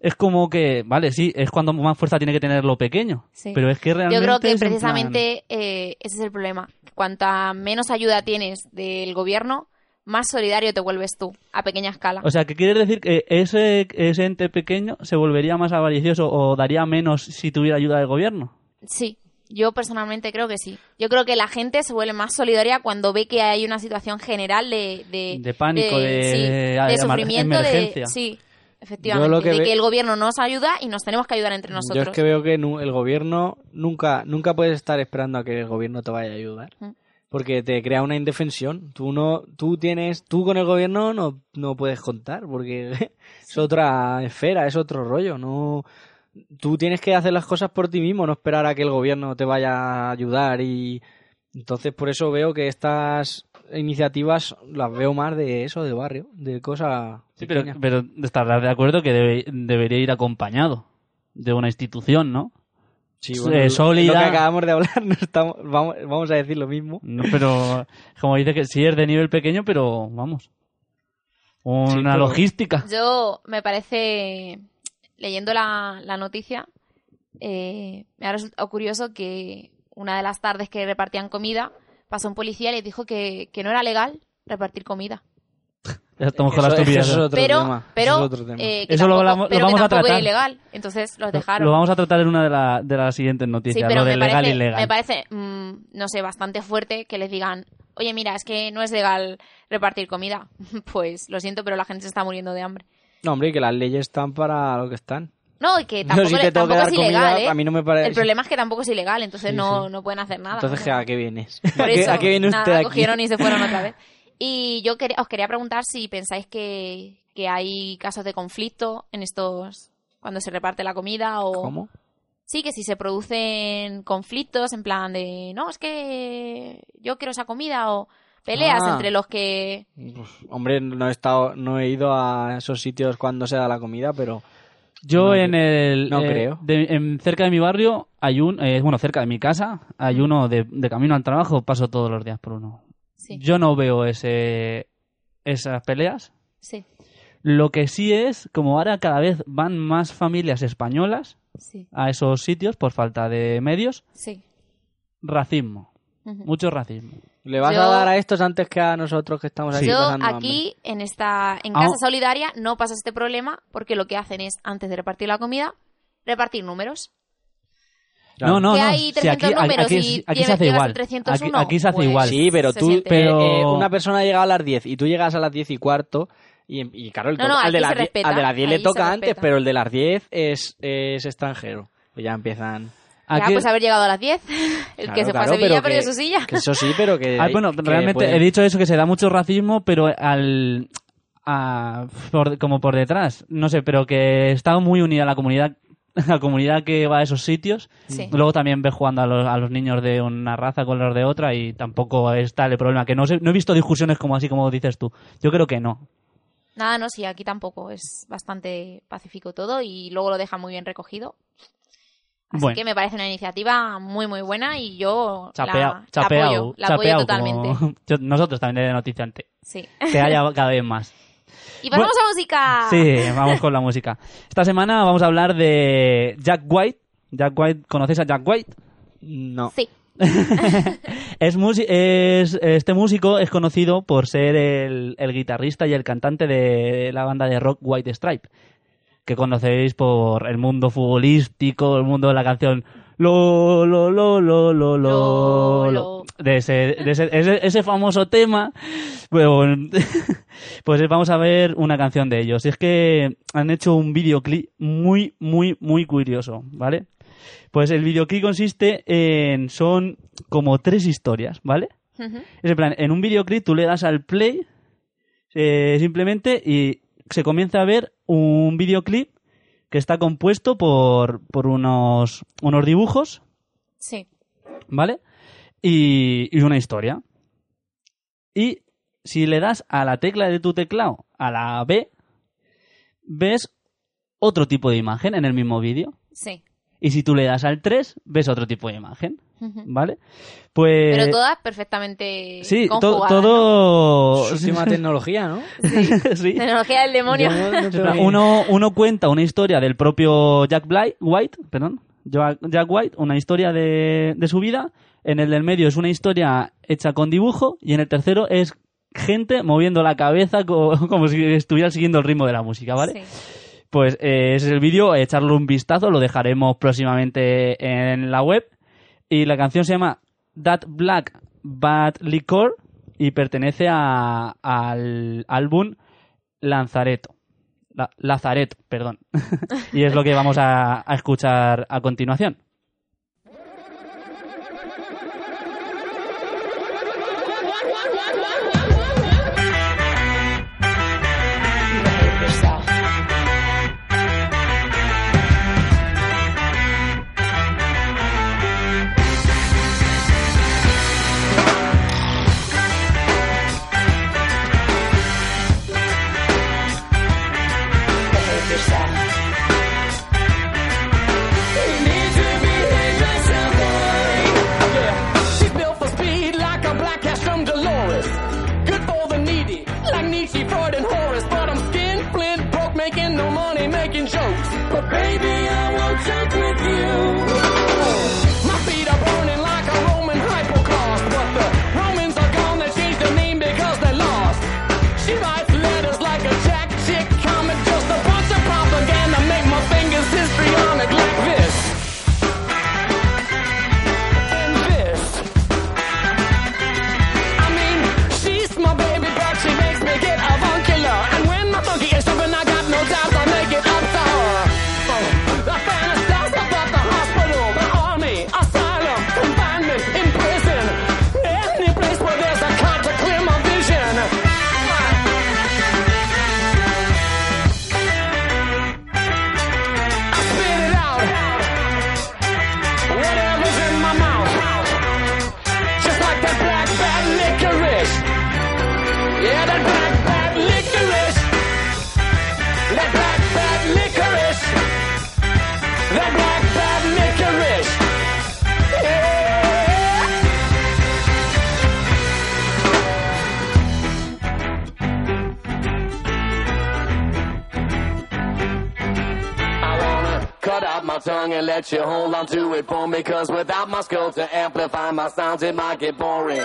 S8: es como que, vale, sí, es cuando más fuerza tiene que tener lo pequeño.
S9: Sí.
S8: Pero es que realmente.
S9: Yo creo que
S8: es en plan-
S9: precisamente eh, ese es el problema. que Cuanta menos ayuda tienes del gobierno, más solidario te vuelves tú, a pequeña escala.
S8: O sea, que quieres decir que ese, ese ente pequeño se volvería más avaricioso o daría menos si tuviera ayuda del gobierno?
S9: Sí, yo personalmente creo que sí. Yo creo que la gente se vuelve más solidaria cuando ve que hay una situación general de... De,
S8: De pánico, de-
S9: sí,
S8: de- de
S9: sufrimiento,
S8: emergencia.
S9: de... Sí, efectivamente.
S10: Yo lo que
S9: de
S10: ve-
S9: que el gobierno nos ayuda y nos tenemos que ayudar entre
S10: Yo
S9: nosotros.
S10: es que veo que nu- el gobierno nunca, nunca puedes estar esperando a que el gobierno te vaya a ayudar.
S9: Mm.
S10: Porque te crea una indefensión. Tú no, tú tienes, tú con el gobierno no, no puedes contar, porque es otra esfera, es otro rollo. No, tú tienes que hacer las cosas por ti mismo, no esperar a que el gobierno te vaya a ayudar y
S5: Entonces, por eso veo que estas iniciativas las veo más de eso, de barrio, de cosas.
S8: Sí, pero, pero estarás de acuerdo que debe- debería ir acompañado de una institución, ¿no?
S5: Sí,
S8: Eh,
S5: bueno, lo-
S8: sólida.
S5: Lo que acabamos de hablar, no estamos, vamos, vamos a decir lo mismo.
S8: No, pero como dice que sí es de nivel pequeño, pero vamos. Una
S5: Sí, pero-
S8: logística.
S9: Yo me parece, leyendo la, la noticia, eh, me ha resultado curioso que una de las tardes que repartían comida pasó un policía y les dijo que, que no era legal repartir comida.
S8: Ya estamos con la
S5: Eso-
S8: estupidez.
S5: eso es otro
S9: pero
S5: tema,
S9: pero
S5: eso es otro tema.
S9: eh, que
S8: Eso lo
S9: tampoco-
S8: hablamos- lo
S9: pero que
S8: vamos a
S9: tampoco era
S8: tratar.
S9: ilegal. Entonces los dejaron.
S8: Lo vamos a tratar en una de, la- de las siguientes
S9: Sí,
S8: noticias,
S9: pero
S8: lo de
S9: me
S8: legal
S9: parece,
S8: y legal.
S9: me parece, mm, no sé, bastante fuerte que les digan, oye, mira, es que no es legal repartir comida. Pues lo siento, pero la gente se está muriendo de hambre.
S5: No, hombre, que las leyes están para lo que están.
S9: No, y que
S5: Yo
S9: eh, tampoco,
S5: si te
S9: le-
S5: tengo que
S9: tampoco
S5: dar
S9: es
S5: comida,
S9: ilegal, ¿eh?
S5: a mí no me parece-
S9: El problema es que tampoco es ilegal, entonces
S5: Sí,
S9: no,
S5: sí.
S9: no pueden hacer nada.
S5: Entonces,
S9: o
S5: ¿qué-
S9: sea,
S5: ¿a qué vienes?
S9: por
S5: ¿A, qué,
S9: eso,
S5: a qué viene
S9: nada,
S5: usted aquí?
S9: cogieron y se fueron otra vez. Y yo quería, os quería preguntar si pensáis que, que hay casos de conflicto en estos... cuando se reparte la comida o...
S5: ¿Cómo?
S9: Sí, que si se producen conflictos en plan de, no, es que yo quiero esa comida o peleas
S5: Ah.
S9: entre los que...
S5: Pues, hombre, no he, estado, no he ido a esos sitios cuando se da la comida, pero
S8: Yo
S5: No
S8: en el...
S5: no
S8: eh,
S5: creo.
S8: de- en, cerca de mi barrio hay un... eh, bueno, cerca de mi casa hay uno de, de camino al trabajo, paso todos los días por uno.
S9: Sí,
S8: Yo no veo ese esas peleas.
S9: sí,
S8: Lo que sí es, como ahora cada vez van más familias españolas
S9: sí,
S8: a esos sitios por falta de medios,
S9: sí.
S8: racismo,
S9: Ujú.
S8: mucho racismo.
S5: le vas
S9: Yo-
S5: a dar a estos antes que a nosotros que estamos aquí
S9: Yo
S5: pasando hambre. oh.
S9: aquí, en esta en
S8: Ah.
S9: Casa Solidaria, no pasa este problema porque lo que hacen es, antes de repartir la comida, repartir números.
S5: Claro.
S8: No, no,
S9: que
S8: no.
S9: hay
S8: si
S9: 300
S8: aquí,
S9: números
S8: aquí,
S9: y
S8: aquí se
S9: llevas
S8: hace
S9: el
S8: igual.
S9: 301,
S8: aquí, aquí se hace
S9: pues-
S8: igual.
S5: Sí, pero
S9: se
S5: tú,
S9: siente.
S5: pero...
S8: eh,
S5: una persona llega a las 10 y tú llegas a las 10 y cuarto. Y, y claro, el
S9: No,
S5: to-
S9: no,
S5: al, de
S9: aquí
S5: las
S9: se
S5: 10
S9: respeta,
S5: al de las 10 le
S9: ahí se
S5: toca antes,
S9: respeta.
S5: pero el de las 10 es, es extranjero. Pues ya empiezan.
S9: Ya,
S8: Aquí-
S9: pues haber llegado a las 10. El que
S5: Claro,
S9: se fue
S5: claro,
S9: a Sevilla
S5: pero
S9: perdió
S5: que-
S9: su silla.
S5: que eso sí, pero que.
S8: Ah, bueno,
S5: que
S8: realmente
S5: pueden-
S8: he dicho eso, que se da mucho racismo, pero al... a- por- como por detrás. No sé, pero que está muy unida la comunidad la comunidad que va a esos sitios.
S9: Sí.
S8: Luego también ve jugando a los, a los niños de una raza con los de otra y tampoco está el problema. Que no, sé- no he visto discusiones como así como dices tú. Yo creo que no.
S9: Nada, no, sí, aquí tampoco. Es bastante pacífico todo y luego lo dejan muy bien recogido. Así
S8: Bueno.
S9: que me parece una iniciativa muy, muy buena y yo la-
S8: Chapeao,
S9: la,
S8: chapeao,
S9: apoyo, la apoyo
S8: chapeao, como-
S9: totalmente.
S8: Yo- nosotros también de noticiante.
S9: Sí.
S8: Que haya cada vez más.
S9: Y pasamos
S8: Bueno,
S9: a música.
S8: Sí, vamos con la música. Esta semana vamos a hablar de Jack White. Jack White, ¿conocéis a Jack White?
S5: No.
S9: Sí.
S8: Es, musi- es- este músico es conocido por ser el, el guitarrista y el cantante de la banda de rock White Stripe, que conocéis por el mundo futbolístico, el mundo de la canción lo lo lo lo lo lo,
S9: Lo,
S8: lo.
S9: lo.
S8: de ese de ese, ese- ese famoso tema. Bueno, pues vamos a ver una canción de ellos. Y es que han hecho un videoclip muy muy muy curioso, ¿vale? Pues el videoclip consiste en. Son como tres historias, ¿vale?
S9: Ujú.
S8: Es en plan, en un videoclip tú le das al play eh, simplemente y se comienza a ver un videoclip que está compuesto por, por unos, unos dibujos,
S9: Sí.
S8: ¿vale? Y, y una historia. Y si le das a la tecla de tu teclado, a la B, ves otro tipo de imagen en el mismo vídeo.
S9: Sí.
S8: Y si tú le das al 3, ves otro tipo de imagen,
S9: Ujú.
S8: ¿vale? Pues...
S9: Pero todas perfectamente
S8: Eh, Sí, to-
S9: conjugadas, ¿no?
S8: todo...
S5: Última tecnología, ¿no?
S8: Sí.
S9: Tecnología del demonio.
S5: Yo no tengo ni-
S8: Uno, uno cuenta una historia del propio Jack Bly- White, perdón, Jack, Jack White, una historia de, de su vida. En el del medio es una historia hecha con dibujo y en el tercero es gente moviendo la cabeza co- como si estuviera siguiendo el ritmo de la música, ¿vale?
S9: Sí.
S8: Pues eh, ese es el vídeo, echarle un vistazo, lo dejaremos próximamente en la web. Y la canción se llama That Black Bad Liquor y pertenece a- al álbum Lanzareto. La- Lazaret, perdón. y es lo que vamos a- a escuchar a continuación.
S9: Don't
S10: Nietzsche, Freud, and Horace, but I'm skin flint broke, making no money, making jokes. But baby, I won't joke with you. My feet are burning like a Roman hypocaust, but the Romans are gone. They changed their name because they lost. She writes letters like a jack chick comic, just a bunch of propaganda. Make my fingers histrionic like this. And this. I mean, she's my baby, but she makes me get avuncular. And when my monkey is driven, I got no doubts, I make it up to her. Oh, I fantasize about the hospital, the army, asylum, confinement, in prison. Any place where there's a cot to clear my vision. I spit it out. Whatever's in my mouth. Just like that black bad licorice. Yeah, that black bad licorice. That black bad licorice. That black bad licorice. Yeah. I wanna cut out my tongue and let you hold on to it for me. Cause without my skull to amplify my sounds, it might get boring.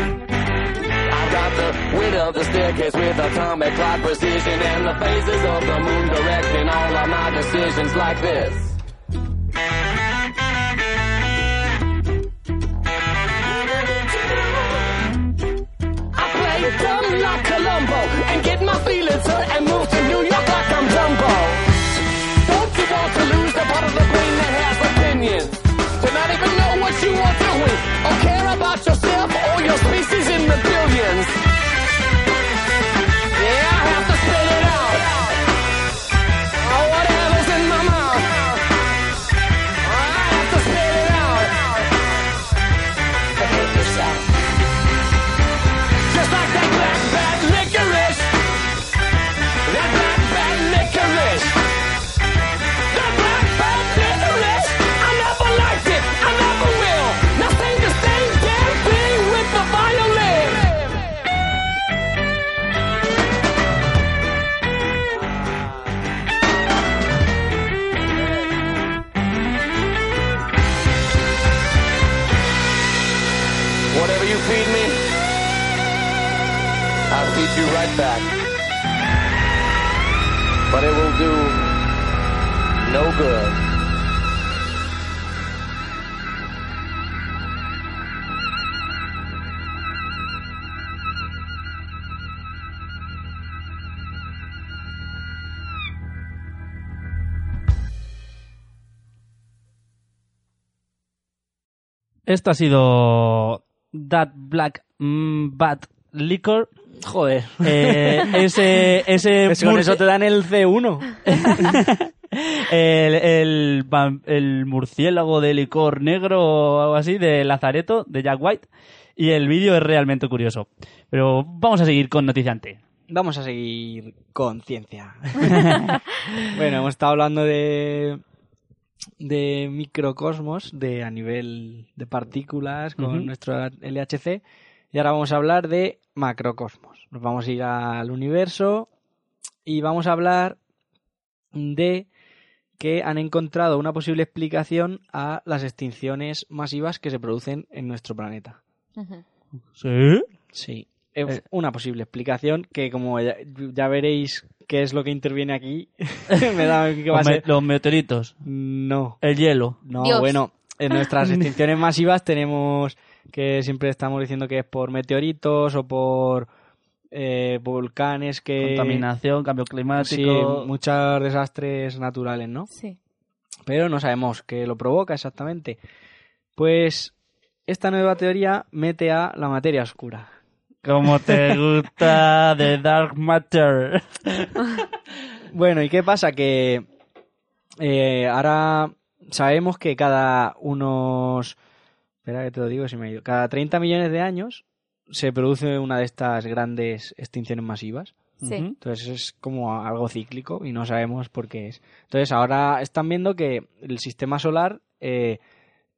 S10: I've got the width of the staircase with atomic clock precision and the phases of the moon directing all of my decisions like this. I play dumb like Columbo and get my feelings hurt and move to New York like I'm Dumbo. Don't you want to lose the part of the brain that has opinions? To not even know what you are doing or care about yourself or your species in the billions. Yeah, I have to spit it out. Oh, whatever's in my mouth. I have to spit it out. I hate yourself. Just like that black bad licorice. That black bad licorice. That black bad licorice. I never liked it. I never will. Now sing the same damn thing with the violin. Whatever you feed me, I'll feed you right back. But it will do no good.
S8: Esto ha sido That Black mm, Bad Liquor.
S5: Joder.
S8: Eh, ese ese
S5: Es que con eso te dan el
S8: C1. el, el vam- el murciélago de licor negro o algo así de Lazareto, de Jack White. Y el vídeo es realmente curioso. Pero vamos a seguir con Noticiante.
S5: Vamos a seguir con ciencia. bueno, hemos estado hablando de de microcosmos de a nivel de partículas con
S8: Ujú.
S5: nuestro LHC y ahora vamos a hablar de macrocosmos. Nos vamos a ir al universo y vamos a hablar de que han encontrado una posible explicación a las extinciones masivas que se producen en nuestro planeta.
S8: ¿Sí?
S5: Sí. Es una posible explicación que como ya, ya veréis qué es lo que interviene aquí, me da que va a
S8: Los, me-
S5: ser...
S8: los meteoritos.
S5: No.
S8: El hielo.
S5: No,
S9: Dios.
S5: bueno, en nuestras extinciones masivas tenemos que siempre estamos diciendo que es por meteoritos o por eh, volcanes que...
S8: Contaminación, cambio
S5: Eh, Sí,
S8: climático.
S5: muchos desastres naturales, ¿no?
S9: Sí.
S5: pero no sabemos qué lo provoca exactamente. Pues esta nueva teoría mete a la materia oscura.
S8: Como te gusta de Dark Matter.
S5: Bueno, ¿y qué pasa? Que eh, ahora sabemos que cada unos... Espera que te lo digo, si me ha ido. Cada 30 millones de años se produce una de estas grandes extinciones masivas.
S9: Sí.
S8: Ujú.
S5: Entonces es como algo cíclico y no sabemos por qué es. Entonces ahora están viendo que el sistema solar eh,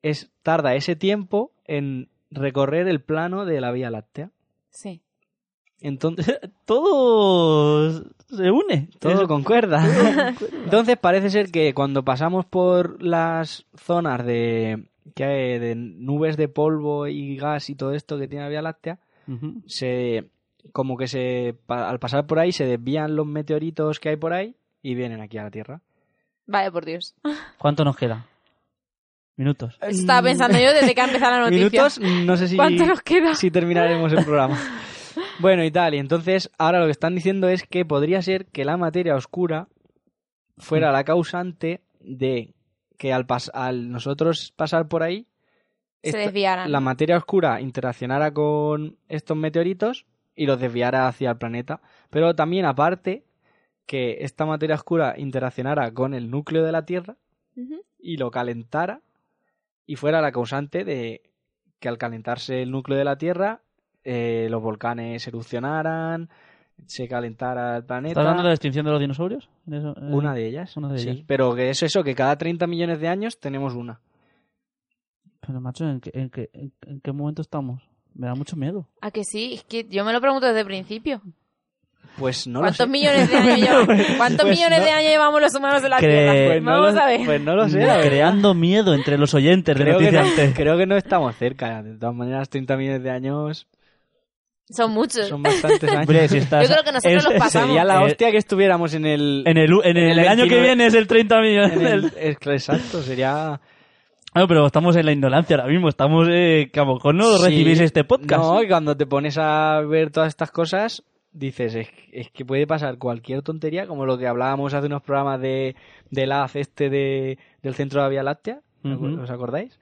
S5: es, tarda ese tiempo en recorrer el plano de la Vía Láctea.
S9: Sí.
S5: Entonces,
S8: todo se une.
S5: todo concuerda. Entonces parece ser que cuando pasamos por las zonas de, que hay de nubes de polvo y gas y todo esto que tiene la Vía Láctea,
S8: Ujú.
S5: se como que se pa- al pasar por ahí se desvían los meteoritos que hay por ahí y vienen aquí a la Tierra.
S9: Vaya por Dios. Pues
S8: ¿Cuánto nos queda? Minutos.
S9: Estaba pensando yo desde que ha empezado la noticia.
S5: Mm. Minutos, no sé si,
S9: ¿Cuánto nos queda?
S5: si terminaremos el programa. Bueno, y tal, y entonces ahora lo que están diciendo es que podría ser que la materia oscura fuera la causante de que al, pas- al nosotros pasar por ahí
S9: Se
S5: esta-
S9: desviaran.
S5: la materia oscura interaccionara con estos meteoritos y los desviara hacia el planeta. Pero también aparte que esta materia oscura interaccionara con el núcleo de la Tierra
S9: Ujú.
S5: y lo calentara y fuera la causante de que al calentarse el núcleo de la Tierra eh, los volcanes erupcionaran, se calentara el
S8: ¿Estás
S5: planeta.
S8: hablando de la extinción de los dinosaurios? ¿De eso? Eh,
S5: Una de ellas.
S8: Una de
S5: sí.
S8: ellas.
S5: Pero que es eso, que cada 30 millones de años tenemos una.
S8: Pero, macho, ¿en qué, en qué- en- en qué momento estamos? Me da mucho miedo.
S9: ¿A que sí? Es que yo me lo pregunto desde el principio.
S5: Pues no
S9: ¿Cuántos
S5: lo sé.
S9: millones de años llevamos, ¿cuántos
S5: Pues
S9: millones
S5: no-
S9: de años llevamos los humanos de la
S8: Cre-
S9: Tierra?
S8: Pues
S5: no
S9: Vamos
S5: lo-
S9: a ver.
S5: pues no lo sé, la verdad.
S8: Creando miedo entre los oyentes de
S5: Creo que,
S8: Noticias
S5: no,
S8: T.
S5: creo que no estamos cerca. De todas maneras, 30 millones de años
S9: Son muchos.
S5: son bastantes años.
S8: Hombre, si estás...
S9: Yo creo que nosotros los pasamos.
S5: Sería la
S8: Eh,
S5: hostia que estuviéramos en el...
S8: En el, u- en el,
S5: el
S8: año que
S5: 29.
S8: viene es el 30 millones.
S5: en el-
S8: del-
S5: es- exacto, sería...
S8: No, pero estamos en la ignorancia ahora mismo. Estamos eh, que a lo mejor no
S5: Sí.
S8: recibís este podcast.
S5: No, y cuando te pones a ver todas estas cosas, dices, es, es que puede pasar cualquier tontería, como lo que hablábamos hace unos programas de, del haz este de, del centro de la Vía Láctea, ¿os acu-
S8: Ujú.
S5: ¿os acordáis?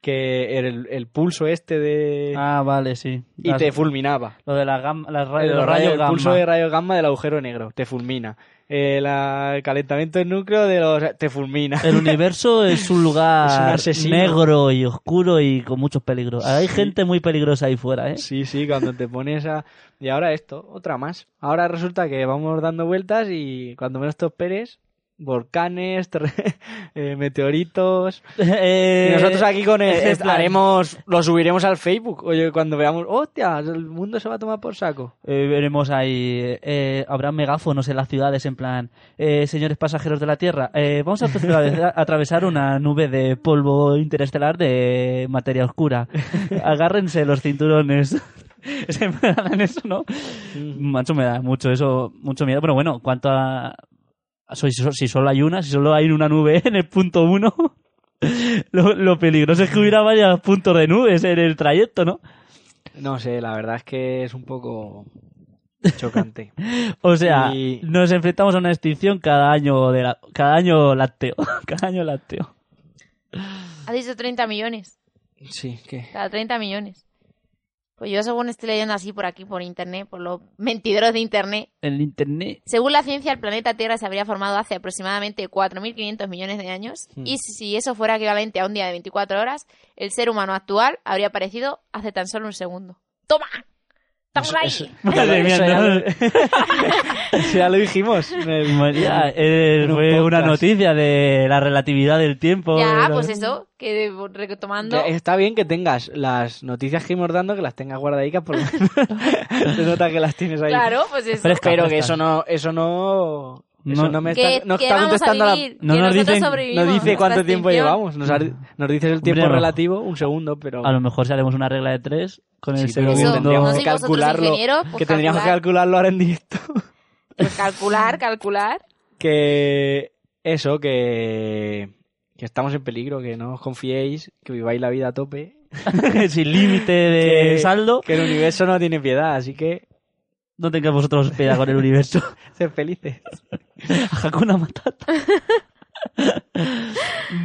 S5: Que era el, el pulso este de...
S8: Ah, vale, sí.
S5: y
S8: Las-
S5: te fulminaba.
S8: Lo de la gam- las ra-
S5: El,
S8: los
S5: rayo-
S8: rayos
S5: el
S8: gamma.
S5: pulso de rayo gamma del agujero negro, te fulmina. El, ah, el calentamiento del núcleo de los... te fulmina.
S8: El universo es un
S5: Es un
S8: lugar
S5: asesino.
S8: negro y oscuro y con muchos peligros. Hay
S5: Sí.
S8: gente muy peligrosa ahí fuera, ¿eh?
S5: Sí, sí, cuando te pones a... Y ahora esto, otra más. Ahora resulta que vamos dando vueltas y cuando menos te esperes, volcanes, terre- eh, meteoritos...
S8: Eh,
S5: Y nosotros aquí con el...
S8: ese
S5: est-
S8: plan.
S5: haremos... Lo subiremos al Facebook. Oye, cuando veamos... ¡Hostia! El mundo se va a tomar por saco.
S8: Eh, veremos ahí. eh, habrá megáfonos en las ciudades en plan, eh, señores pasajeros de la Tierra, eh, vamos a atravesar- a atravesar una nube de polvo interestelar de materia oscura. Agárrense los cinturones. Se me dan eso, ¿no? Macho, me da mucho eso, mucho miedo. Pero bueno, cuanto a... a so- so- Si solo hay una, si solo hay una nube en el punto uno, lo, lo peligroso es que hubiera varios puntos de nubes en el trayecto, ¿no?
S5: No sé, la verdad es que es un poco chocante.
S8: O sea,
S5: Y-
S8: nos enfrentamos a una extinción cada año de la- cada año lácteo, cada año lácteo.
S9: Ha dicho 30 millones.
S5: Sí, que...
S9: Cada 30 millones. Pues yo según estoy leyendo así por aquí, por internet, por los mentideros de internet,
S8: El internet.
S9: Según la ciencia, el planeta Tierra se habría formado hace aproximadamente 4.500 millones de años
S5: Hmm.
S9: y si eso fuera equivalente a un día de 24 horas, el ser humano actual habría aparecido hace tan solo un segundo. ¡Toma! ¡Estamos
S5: Eso-
S9: ahí!
S5: eso-
S8: Madre mía,
S5: Eso ya
S8: ¿no? Eh,
S5: Eso ya lo dijimos. en el-
S8: María, eh,
S5: en un
S8: fue una
S5: podcast.
S8: noticia de la relatividad del tiempo.
S9: ya,
S8: de la-
S9: pues eso, que retomando...
S5: Que Está bien que tengas las noticias que hemos dando, que las tengas guardadicas, porque se nota que las tienes ahí.
S9: Claro, pues eso.
S8: Fresca,
S5: Pero que
S8: fresca.
S5: eso no, eso no, eso
S8: No.
S5: no me
S9: Que,
S5: está, no
S9: que
S5: está
S9: vamos a
S5: contestando a la-
S9: vivir,
S8: No
S9: que
S8: nos
S9: nosotros
S8: dicen- no
S9: sobrevivimos
S5: No dice
S9: nuestra
S5: cuánto tiempo
S9: extinción.
S5: llevamos, nos, ar- nos dices el tiempo
S8: Hombre, no.
S5: relativo, un segundo, pero...
S8: A lo mejor si haremos una regla de tres con el
S5: Sí, pero que
S9: Eso,
S8: segundo.
S5: tendríamos
S9: no
S5: que
S9: sois vosotros
S5: calcularlo,
S9: ingenieros, pues
S5: que tendríamos que
S9: calcular.
S5: calcularlo ahora en directo.
S9: Pues calcular, calcular.
S5: que eso, que, que estamos en peligro, que no os confiéis, que viváis la vida a tope,
S8: Sin límite de
S5: que-
S8: saldo,
S5: que el universo no tiene piedad, así que
S8: no tengáis vosotros piedad con el universo.
S5: sed felices.
S8: Hakuna Matata.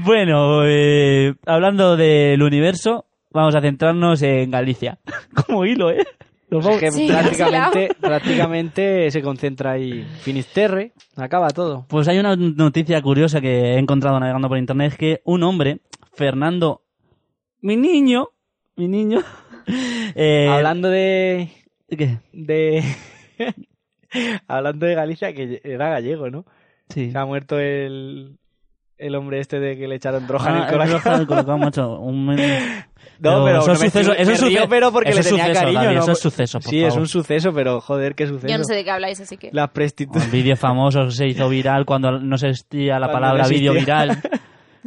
S8: bueno, eh, hablando del universo, vamos a centrarnos en Galicia. Como hilo, ¿eh? Nos
S5: Pues
S8: vamos-
S5: es que
S9: Sí,
S5: prácticamente, prácticamente se concentra ahí. Finisterre, acaba todo.
S8: Pues hay una noticia curiosa que he encontrado navegando por internet, es que un hombre, Fernando, mi niño, mi niño, eh,
S5: Hablando de.
S8: ¿qué?
S5: de. Hablando de Galicia, que era gallego, ¿no?
S8: Sí.
S5: Se ha muerto el. el hombre este de que le echaron droga
S8: Ah,
S5: en el corazón.
S8: droga en el corazón, macho. Un- No,
S5: No, pero
S8: eso
S5: no
S8: es
S5: me-
S8: suceso.
S5: me
S8: Eso es
S5: río,
S8: suceso.
S5: pero porque
S8: eso
S5: le
S8: es
S5: tenía
S8: suceso,
S5: cariño,
S8: David,
S5: ¿no?
S8: Eso es suceso, por
S5: Sí, es
S8: favor.
S5: un suceso, pero joder, qué suceso.
S9: Yo no sé de qué habláis, así que.
S5: Las prostitutas.
S8: Un vídeo famoso se hizo viral cuando no se existía la
S5: Cuando no
S8: palabra vídeo
S5: existía.
S8: viral.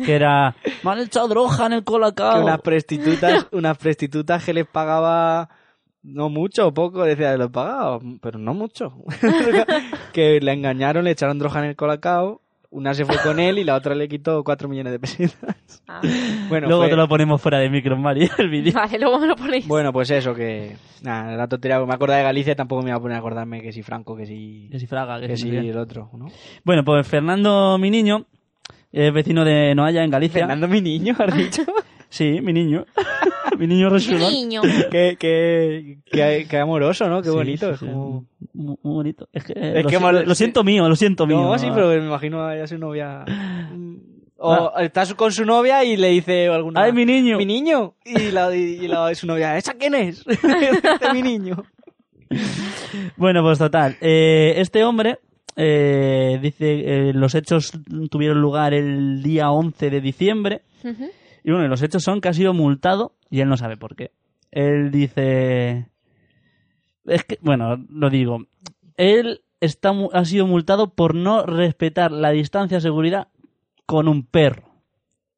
S8: Que era. Me han echado droga en el colacao.
S5: Que unas prostitutas, unas prostitutas que les pagaba no mucho o poco, decía, lo he pagado, pero no mucho. que la engañaron, le echaron droga en el colacao, una se fue con él y la otra le quitó 4 millones de pesetas. Bueno,
S8: Luego
S5: fue-
S8: te lo ponemos fuera de micro, Mari, el vídeo.
S9: Vale, luego me lo ponéis.
S5: Bueno, pues eso, que nada, la tontería, porque me acordaba de Galicia, tampoco me iba a poner a acordarme que si Franco, que si...
S8: Que si Fraga, que
S5: que
S8: si
S5: si
S8: no sé qué.
S5: el otro, ¿no?
S8: Bueno, pues Fernando, mi niño, es vecino de Noaya, en Galicia.
S5: Fernando, mi niño, has dicho.
S8: Sí, mi niño. mi niño
S9: Mi
S8: resulón.
S9: niño.
S5: qué, qué, qué, qué amoroso, ¿no? Qué
S8: Sí,
S5: bonito.
S8: sí,
S5: es
S8: sí.
S5: como-
S8: Muy, muy bonito. Es que, eh,
S5: Es
S8: lo,
S5: que
S8: si-
S5: mal-
S8: lo siento mío, lo siento mío.
S5: No, sí, pero me imagino a ella su novia. O
S8: Mm. Ah.
S5: está su- con su novia y le dice alguna.
S8: ¡Ay, mi niño!
S5: Mi niño. Y la, y la- su novia, ¿esa quién es? Este mi niño.
S8: Bueno, pues total. eh, este hombre eh, dice eh, los hechos tuvieron lugar el día 11 de diciembre.
S9: Ujú.
S8: Y bueno, y los hechos son que ha sido multado y él no sabe por qué. Él dice... Es que, bueno, lo digo. Él está, mu- ha sido multado por no respetar la distancia de seguridad con un perro.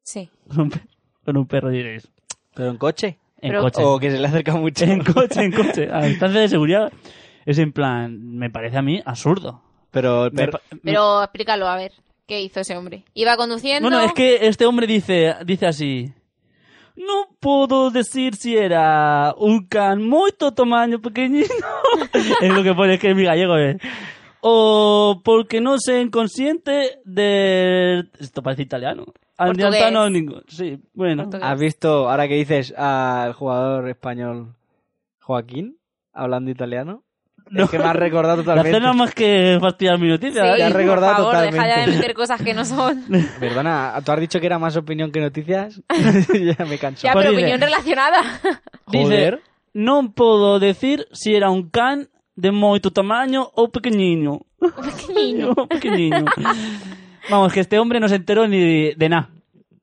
S9: Sí.
S8: Con un perro, con un perro diréis.
S5: ¿Pero en coche?
S8: En
S9: Pero-
S8: coche.
S5: O que se le acerca mucho.
S8: En coche, en coche. A distancia de seguridad es en plan, me parece a mí absurdo.
S5: Pero,
S8: Me
S5: pero-
S8: pa-
S9: Pero explícalo, a ver. ¿Qué hizo ese hombre? Iba conduciendo.
S8: Bueno, es que este hombre dice, dice así. No puedo decir si era un can muy tamaño pequeñino. es lo que pone, es que mi gallego es. O porque no se consciente de... Esto parece italiano.
S9: Portugués.
S8: Andiantano ningún. Sí, bueno.
S9: Portugués.
S5: ¿has visto, ahora que dices, al jugador español Joaquín, hablando italiano?
S8: No.
S5: Es que me has recordado
S8: La
S5: totalmente.
S8: cena más que fastidiar mi
S9: Sí,
S8: noticia. ¿eh?
S5: has
S9: por
S5: recordado
S9: favor, deja ya de
S5: totalmente.
S9: meter cosas que no son.
S5: Perdona, ¿tú has dicho que era más opinión que noticias? ya me canso.
S9: Ya, pero
S8: Pues dice-
S9: opinión relacionada.
S8: Dice,
S5: Joder.
S8: no puedo decir si era un can de muy tamaño o pequeñino.
S9: Niño.
S8: O pequeñino. Vamos, que este hombre no se enteró ni de, de nada.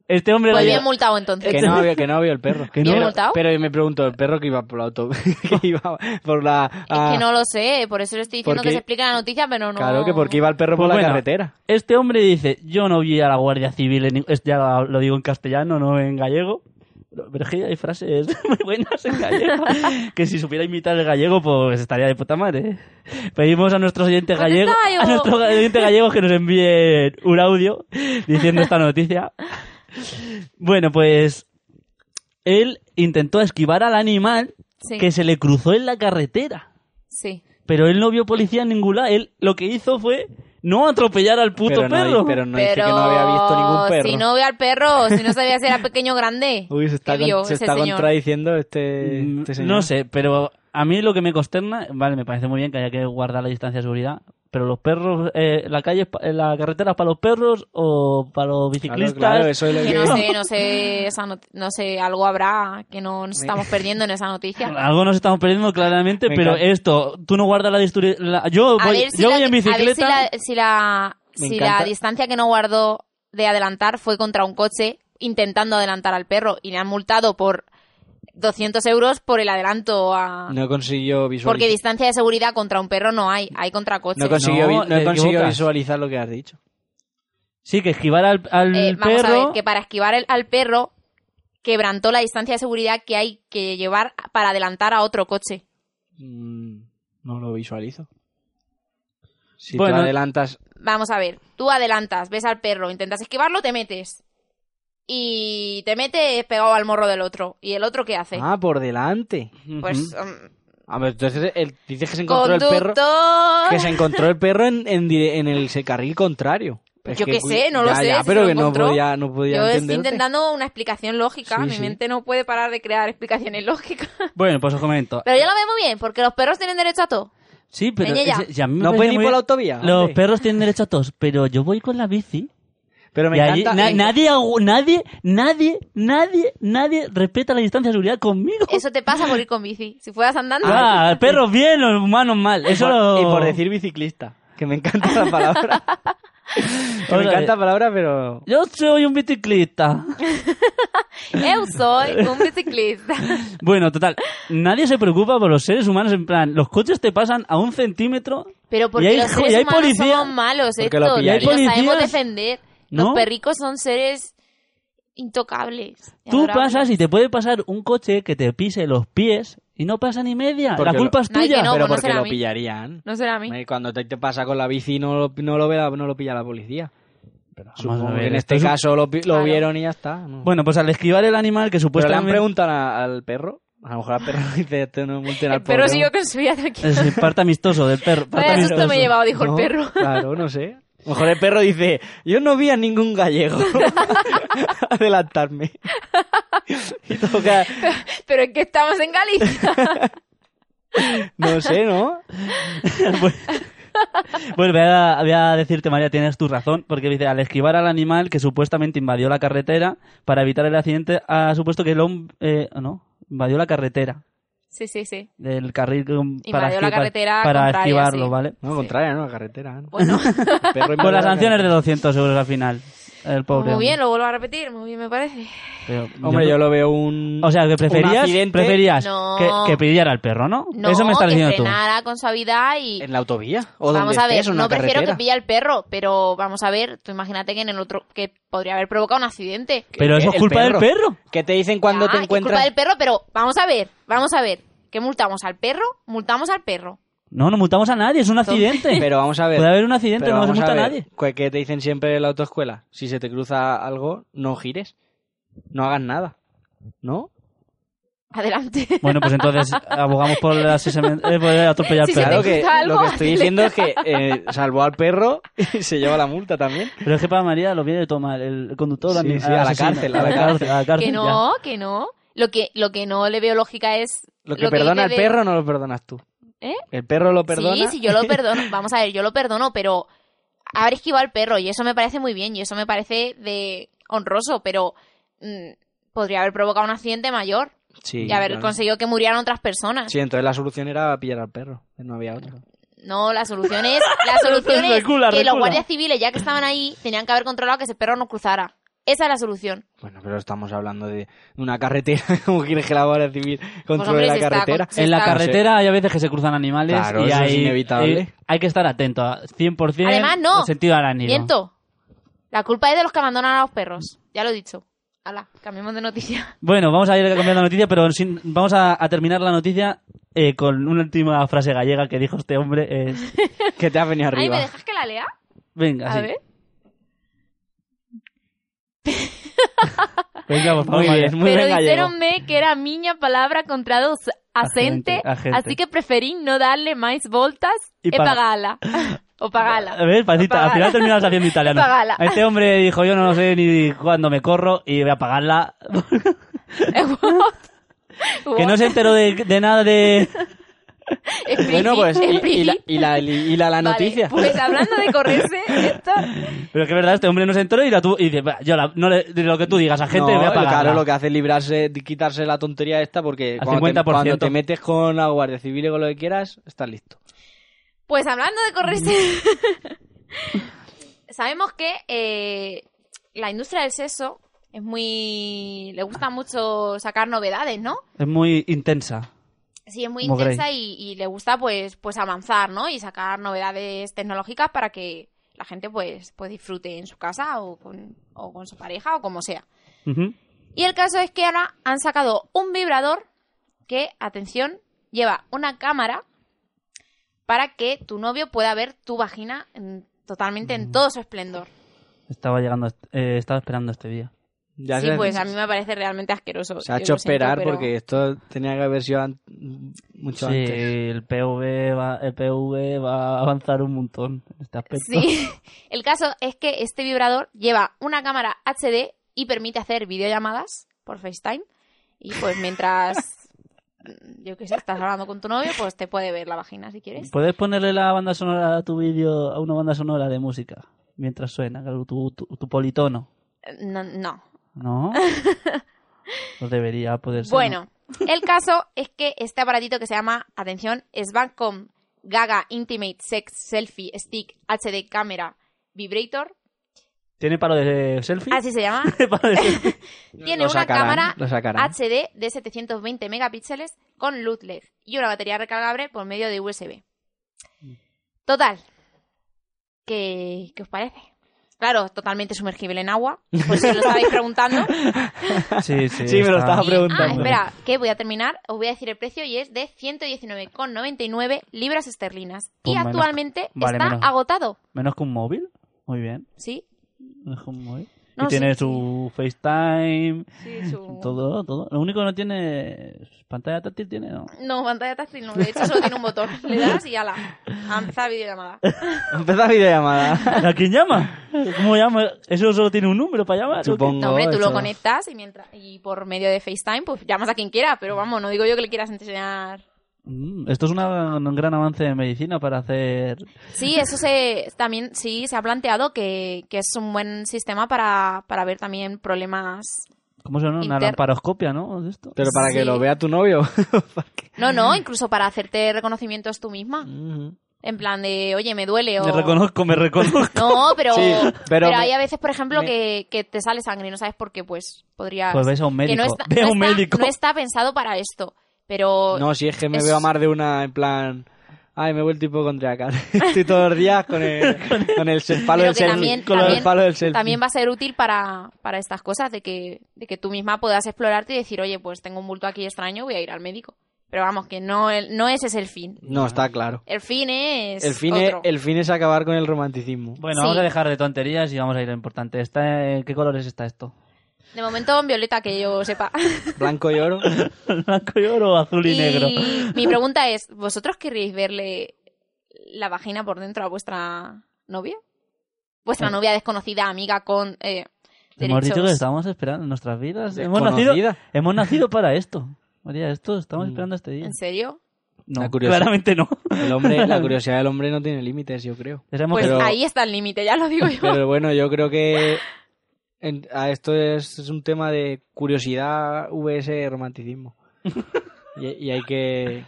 S8: Este hombre...
S9: Pues
S8: vaya-
S9: bien multado entonces.
S5: Que no había, que no había el perro.
S8: Este Que no.
S9: ¿Bien
S5: Pero-
S9: multado?
S5: Pero, me pregunto, el perro que iba por la auto, que iba por la.
S9: Es
S5: ah,
S9: que no lo sé, por eso le estoy diciendo
S5: Porque-
S9: que se explica la noticia, pero no.
S5: Claro que porque iba el perro
S8: Pues
S5: por la
S8: bueno,
S5: carretera.
S8: Este hombre dice, yo no vi a la Guardia Civil, en, ni- es- ya lo- lo digo en castellano, no en gallego. Pero pero es que hay frases muy buenas en gallego. que si supiera imitar el gallego, pues estaría de puta madre. Pedimos a nuestros oyentes
S9: ¿Dónde
S8: gallegos,
S9: Pues está yo?
S8: a nuestros oyentes gallegos que nos envíen un audio diciendo esta noticia. Bueno, pues él intentó esquivar al animal
S9: Sí.
S8: que se le cruzó en la carretera.
S9: Sí.
S8: Pero él no vio policía en ningún lado. Él lo que hizo fue no atropellar al puto
S5: pero
S8: perro.
S5: No, pero no
S9: pero
S5: dice que no había visto ningún perro.
S9: si no ve al perro, si no sabía si era pequeño o grande.
S5: Uy, se está,
S9: ¿Qué
S5: con-
S9: vio
S5: se
S9: ese
S5: está
S9: señor?
S5: contradiciendo este,
S8: Mm,
S5: este señor.
S8: No sé, pero a mí lo que me consterna, vale, me parece muy bien que haya que guardar la distancia de seguridad, pero los perros, eh, la calle, es pa- eh, la carretera es para los perros o para los
S5: Claro,
S8: ciclistas.
S5: claro, eso es lo
S9: Que
S5: que-
S9: no sé, no sé, esa not- no sé, algo habrá que no nos estamos perdiendo en esa noticia.
S8: Algo nos estamos perdiendo claramente,
S5: Me
S8: pero
S5: encanta.
S9: A
S8: esto, tú no guardas la distancia. Yo voy,
S9: ver si
S8: yo
S9: la-
S8: voy en
S9: A ver si
S8: bicicleta.
S9: la, si la,
S5: Me
S9: si
S5: encanta.
S9: la distancia que no guardó de adelantar fue contra un coche intentando adelantar al perro y le han multado por 200 euros por el adelanto a...
S5: No consiguió
S9: Porque
S5: visualizar.
S9: distancia de seguridad contra un perro no hay, hay contra coches.
S5: No consiguió, vi-
S8: No,
S5: no
S8: te
S5: consiguió
S8: equivocas.
S5: visualizar lo que has dicho.
S8: Sí, que esquivar al, al
S9: Eh, vamos
S8: perro.
S9: a ver, que para esquivar el- al perro quebrantó la distancia de seguridad que hay que llevar para adelantar a otro coche.
S5: Mm, no lo visualizo. Si
S8: Bueno.
S5: tú adelantas.
S9: Vamos a ver, tú adelantas, ves al perro, intentas esquivarlo, te metes. Y te metes pegado al morro del otro. ¿Y el otro qué hace?
S5: Ah, por delante.
S9: pues...
S8: Ujú.
S9: um,
S5: A ver, entonces él, dices que se encontró el perro.
S9: ¡Conductor!
S5: Que se encontró el perro en, en, dire- en el se- carril contrario. Es
S9: Yo qué sé, no lo
S5: ya,
S9: sé,
S5: Ya,
S9: si
S5: pero
S9: se lo
S5: que no
S9: encontró.
S5: podía, no podía
S9: Yo estoy
S5: entenderte.
S9: intentando una explicación lógica.
S5: Sí,
S9: Mi
S5: sí.
S9: mente no puede parar de crear explicaciones lógicas.
S8: Bueno, pues os comento.
S9: Pero ya lo vemos bien, porque los perros tienen derecho a todo.
S8: Sí, pero.
S9: Peñella.
S8: ese- y a mí me
S5: No
S8: parece
S5: puede ir
S8: muy
S5: por
S8: bien.
S5: la autovía,
S8: Los
S5: hombre.
S8: perros tienen derecho a todos, pero yo voy con la bici.
S5: Pero me
S8: y allí
S5: encanta.
S8: na-
S5: eh,
S8: nadie, agu- nadie, nadie, nadie, nadie respeta la distancia de seguridad conmigo.
S9: Eso te pasa por ir con bici. Si fueras andando...
S8: Ah, perros bien, los humanos mal.
S5: y
S8: Eso
S5: por-
S8: lo-
S5: Y por decir biciclista, que me encanta la palabra. Me encanta la palabra, pero.
S8: Yo soy un biciclista.
S9: Yo soy un biciclista.
S8: Bueno, total. Nadie se preocupa por los seres humanos. En plan, los coches te pasan a un centímetro.
S9: Pero porque
S8: y hay,
S9: los
S8: jo-
S9: seres
S8: y hay
S9: humanos
S8: policía-
S9: somos malos,
S8: Porque
S9: esto.
S8: lo
S9: Lo
S8: pillaron. Hay
S9: sabemos
S8: policías-
S9: defender.
S8: ¿No?
S9: Los perricos son seres intocables.
S8: Tú
S9: adorables.
S8: pasas y te puede pasar un coche que te pise los pies y no pasa ni media.
S5: Porque
S8: la culpa
S5: lo-
S8: es
S9: No, y que
S8: tuya.
S9: no,
S5: pero
S9: pues no
S5: porque
S9: será a
S5: lo
S9: mí.
S5: pillarían.
S9: No será a mí.
S5: Eh, Cuando te, te pasa con la bici no lo, no lo, ve la- no lo pilla la policía.
S8: Pero vamos a
S5: Supongo
S8: ver,
S5: que en
S8: esto
S5: este
S8: es un-
S5: caso lo, pi- lo
S9: Claro.
S5: vieron y ya está. ¿no?
S8: Bueno, pues al esquivar el animal que
S5: Pero le han
S8: supuestamente...
S5: preguntado a- al perro. A lo mejor al perro le dice, "Te no multen al
S9: El perro
S5: pobre".
S9: siguió Eh, con su vida tranquila.
S8: Es el parte amistoso del perro. parte
S9: Vaya susto
S8: amistoso.
S9: me he llevado, dijo
S5: No,
S9: el perro.
S5: Claro, no sé. A lo mejor el perro dice, yo no vi a ningún gallego adelantarme. y toca,
S9: Pero es que estamos en Galicia.
S5: no sé, ¿no?
S8: Pues voy a, voy a decirte, María, tienes tu razón, porque dice, al esquivar al animal que supuestamente invadió la carretera, para evitar el accidente, ha supuesto que el hombre... eh, no, invadió la carretera.
S9: Sí, sí, sí.
S8: Del carril que- para,
S9: Invadió la
S8: esquivar-
S9: carretera
S8: para
S9: contraria,
S8: esquivarlo,
S9: sí.
S8: ¿vale?
S5: No, contraria, ¿no? La carretera. ¿no?
S9: Bueno,
S5: El perro
S8: Con
S5: invadió
S8: Pues las sanciones de
S5: carretera.
S8: 200 euros al final. El pobre.
S9: muy bien,
S8: hombre.
S9: lo vuelvo a repetir, muy bien me parece.
S8: Pero
S5: Hombre, yo lo veo un...
S8: O sea, que
S5: un
S8: preferías,
S5: accidente
S8: preferías
S9: No.
S8: que, que pillara al perro, ¿no?
S9: No,
S8: Eso me estás
S9: que
S8: diciendo tú.
S9: frenara con suavidad y...
S5: en la autovía o
S9: Vamos
S5: donde
S9: a ver,
S5: estés, en una
S9: no prefiero
S5: carretera.
S9: que pilla el perro, pero vamos a ver, tú imagínate que en el otro, que podría haber provocado un accidente.
S8: Pero eso es
S5: Eh, El
S8: culpa del perro.
S5: ¿Qué te dicen cuando
S9: Ya,
S5: te
S9: Ah, que Es culpa
S5: encuentras?
S9: del perro, pero vamos a ver, vamos a ver. ¿Qué multamos al perro? Multamos al perro.
S8: No, no multamos a nadie, es un accidente.
S5: Pero vamos a ver.
S8: Puede haber un accidente,
S5: Pero
S8: no se
S5: vamos
S8: multa a,
S5: ver,
S8: nadie.
S5: ¿cu- ¿Qué te dicen siempre en la autoescuela? Si se te cruza algo, no gires. No hagas nada. ¿No?
S9: Adelante.
S8: Bueno, pues entonces abogamos por, el asesinam- eh, por el atropellar
S9: Si
S8: al
S9: se te
S8: perro.
S5: Claro que
S9: cruza algo,
S5: lo que estoy
S9: hazle
S5: diciendo es que eh, salvó al perro y se lleva la multa también.
S8: Pero es que para María lo viene de tomar el conductor
S5: Sí,
S8: ani-
S5: sí, a la
S8: asesino.
S5: cárcel, a la
S8: a la cárcel,
S9: Que
S8: ya.
S9: no, que no. Lo que, lo que no le veo lógica es...
S5: Lo que perdona el
S9: dice de-
S5: perro no lo perdonas tú.
S9: ¿Eh?
S5: El perro lo perdona.
S9: Sí, sí, yo lo perdono. Vamos a ver, yo lo perdono, pero haber esquivado al perro, y eso me parece muy bien, y eso me parece de honroso, pero mm, podría haber provocado un accidente mayor
S5: Sí,
S9: y haber
S5: claro.
S9: conseguido que murieran otras personas.
S5: Sí, entonces la solución era pillar al perro. No había otra.
S9: No, la solución es, la solución es
S8: Recula,
S9: que
S8: recula.
S9: los guardias civiles, ya que estaban ahí, tenían que haber controlado que ese perro no cruzara. Esa es la solución.
S5: Bueno, pero estamos hablando de una carretera. ¿Cómo quieres que la Guardia Civil controle
S9: Pues hombre, se
S5: la
S9: está con-
S5: carretera?
S9: se
S8: En la
S9: está-
S8: carretera hay a veces que se cruzan animales
S5: Claro,
S8: y
S5: eso es
S8: hay,
S5: inevitable.
S8: eh, hay que estar atento, a 100%
S9: Además, no.
S8: el sentido arácnido.
S9: Miento. La culpa es de los que abandonan a los perros. Ya lo he dicho. Hala, cambiemos de noticia.
S8: Bueno, vamos a ir cambiando la noticia, pero sin- vamos a, a terminar la noticia eh, con una última frase gallega que dijo este hombre. es-
S5: Que te has venido
S9: Ay, ¿me
S5: arriba.
S9: dejas que la lea?
S8: Venga,
S9: A
S8: sí.
S9: ver.
S8: Venga, por favor,
S5: Muy
S8: María.
S5: bien, muy
S9: Pero
S5: bien gallego.
S9: dixéronme que era miña palabra contra dos acente,
S8: Agente, agente.
S9: así que preferí no darle máis voltas
S8: Y
S9: e
S8: paga-
S9: pagala. o pagala.
S8: A ver, Pacita,
S9: Apagala.
S8: al final terminas haciendo italiano.
S9: Apagala.
S8: Este hombre dijo, yo no sé ni cuándo me corro y voy a pagarla. que no se enteró de, de nada de...
S5: Bueno, pues, y, y la, y la- y la- la
S9: Vale,
S5: noticia.
S9: pues hablando de correrse, Héctor,
S8: Pero que es verdad, este hombre no se enteró y, la tu- y dice, "Va, yo la- no le- de lo que tú digas a gente
S5: No,
S8: voy a pagarla.
S5: Claro, lo que hace es librarse, de quitarse la tontería esta, porque
S8: Al
S5: cuando te,
S8: 50%.
S5: cuando te metes con la Guardia Civil y con lo que quieras, estás listo.
S9: pues hablando de correrse, sabemos que eh, la industria del sexo es muy... le gusta mucho sacar novedades, ¿no?
S8: Es muy intensa.
S9: Sí, es muy
S8: Como
S9: intensa y, y le gusta pues, pues avanzar, ¿no? Y sacar novedades tecnológicas para que la gente pues, pues disfrute en su casa o con, o con su pareja o como sea.
S8: Ujú.
S9: Y el caso es que ahora han sacado un vibrador que, atención, lleva una cámara para que tu novio pueda ver tu vagina en- totalmente
S5: Mm.
S9: en todo su esplendor.
S8: Estaba llegando, eh, estaba esperando este día.
S5: Ya
S9: sí,
S5: se,
S9: pues a mí me parece realmente asqueroso.
S5: se ha
S9: Yo
S5: hecho
S9: lo siento,
S5: esperar
S9: pero-
S5: porque esto tenía que haber sido an- mucho
S8: sí,
S5: antes.
S8: el PV, va, el PV va a avanzar un montón en este aspecto.
S9: Sí. El caso es que este vibrador lleva una cámara HD y permite hacer videollamadas por FaceTime. Y pues mientras, yo qué sé, estás hablando con tu novio, pues te puede ver la vagina si quieres.
S5: Pues
S8: ¿Puedes ponerle la banda sonora a tu vídeo, a una banda sonora de música? Mientras suena, claro, tu, tu, tu politono.
S9: No. no.
S8: ¿No? Pues debería poder ser. ¿no?
S9: Bueno, el caso es que este aparatito que se llama, atención, Svancom Gaga Intimate Sex Selfie Stick HD Camera Vibrator.
S8: ¿Tiene paro de selfie?
S9: Así se llama.
S8: Paro de selfie.
S9: Tiene
S5: Lo
S9: una
S5: sacarán,
S9: cámara
S5: lo sacarán.
S9: HD de 720 megapíxeles con luz LED y una batería recargable por medio de USB. Total. ¿Qué, qué os parece? Claro, totalmente sumergible en agua, por si os lo estabais preguntando.
S8: Sí, sí.
S5: Sí, me lo
S8: está-
S5: estaba preguntando.
S9: Ah, espera, que voy a terminar, os voy a decir el precio y es de 119,99 libras esterlinas.
S8: Pues
S9: y
S8: menos-
S9: actualmente
S8: vale,
S9: está
S8: menos-
S9: agotado,
S8: Menos que un móvil. Muy bien.
S9: ¿sí?
S8: Menos que un móvil.
S9: No,
S8: y tiene
S9: sí,
S8: su FaceTime,
S9: Sí, su-
S8: todo, todo. Lo único que no tiene es pantalla táctil, tiene, ¿no?
S9: No, pantalla táctil no, de hecho solo tiene un botón. Le das y ala, avanza videollamada.
S5: Empieza videollamada.
S8: ¿A quién llama? ¿Cómo llama? ¿Eso solo tiene un número para llamar?
S5: Supongo.
S9: No, hombre, tú
S5: eso.
S9: lo conectas y, mientras, y por medio de FaceTime pues llamas a quien quiera, pero vamos, no digo yo que le quieras enseñar...
S8: Mm, Esto es una- un gran avance en medicina para hacer...
S9: Sí, eso se también sí se ha planteado que, que es un buen sistema para, para ver también problemas
S8: ¿Cómo se llama? Una
S9: Inter-
S8: lamparoscopia, ¿no? De esto.
S5: Pero para que
S9: Sí.
S5: lo vea tu novio.
S9: No, no, incluso para hacerte reconocimientos tú misma. En plan de, oye, me duele o...
S8: Me reconozco, me reconozco.
S9: No, pero,
S5: Sí,
S9: pero,
S5: pero me-
S9: hay a veces, por ejemplo,
S5: me-
S9: que, que te sale sangre y no sabes por qué, pues podría...
S8: Pues ves a un
S9: que
S8: médico.
S9: no está,
S8: Ve a
S9: no
S8: un
S9: está-
S8: médico.
S9: no está pensado para esto, pero...
S5: No, si es que me
S9: Es-
S5: veo a más de una en plan. Ay, me he vuelto hipocondriaca. Estoy todos los días con el, con el se- palo del
S9: Pero que
S5: selfie.
S9: también-
S5: con el
S9: también-
S5: palo del selfie.
S9: También va a ser útil para, para estas cosas, de que, de que tú misma puedas explorarte y decir, oye, pues tengo un bulto aquí extraño, voy a ir al médico. Pero vamos, que no, el- no ese es el fin.
S5: No, está claro.
S9: El fin es...
S5: El fin, es,
S9: otro.
S5: el fin es acabar con el romanticismo.
S8: Bueno,
S9: Sí.
S8: vamos a dejar de tonterías y vamos a ir a lo importante. Está, eh, ¿Qué colores está esto?
S9: De momento en violeta, que yo sepa.
S5: Blanco y oro.
S8: ¿Blanco y oro o azul y,
S9: Y
S8: negro?
S9: Mi pregunta es, ¿vosotros querríais verle la vagina por dentro a vuestra novia?
S5: Eh.
S9: Vuestra novia desconocida, amiga con eh,
S8: Hemos
S9: derechos.
S8: dicho que estábamos esperando nuestras vidas. Hemos nacido,
S5: Desconocida.
S8: hemos nacido para esto. María, esto estamos esperando este día.
S9: ¿En serio?
S8: No,
S5: La curiosidad.
S8: claramente no.
S5: El hombre, la curiosidad del hombre no tiene límites, yo creo.
S8: Les hemos-
S9: Pues
S5: Pero-
S9: ahí está el límite, ya lo digo yo.
S5: Pero bueno, yo creo que en- a esto es, es un tema de curiosidad vs romanticismo. Y, y hay que...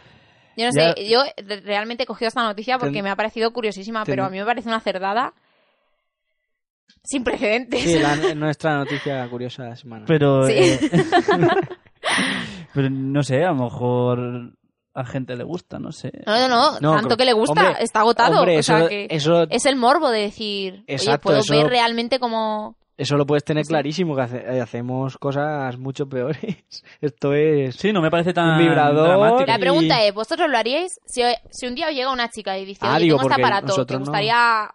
S9: Yo no
S8: Ya-
S9: sé, yo re- realmente he cogido esta noticia porque
S5: Ten-
S9: me ha parecido curiosísima,
S5: ten-
S9: pero a mí me parece una cerdada sin precedentes.
S5: Sí, la- nuestra noticia curiosa de la semana.
S8: Pero,
S9: Sí.
S8: eh, pero no sé, a lo mejor a gente le gusta, no sé.
S9: No, no, no,
S5: No,
S9: tanto
S5: creo-
S9: que le gusta,
S5: hombre,
S9: está agotado.
S5: Hombre,
S9: o
S5: eso,
S9: sea que
S5: eso,
S9: es el morbo de decir, oye,
S5: Exacto,
S9: puedo
S5: eso-
S9: ver realmente cómo...
S5: eso lo puedes tener clarísimo, que hace- eh, hacemos cosas mucho peores. Esto es...
S8: Sí, no me parece tan
S5: Un vibrador.
S8: dramático.
S9: La
S5: Y-
S9: pregunta es, ¿vosotros lo haríais? Si, eh, si un día os llega una chica y dice,
S5: Ah,
S9: oye,
S5: digo,
S9: tengo este
S5: porque
S9: aparato, ¿te
S5: nosotros no.
S9: gustaría...?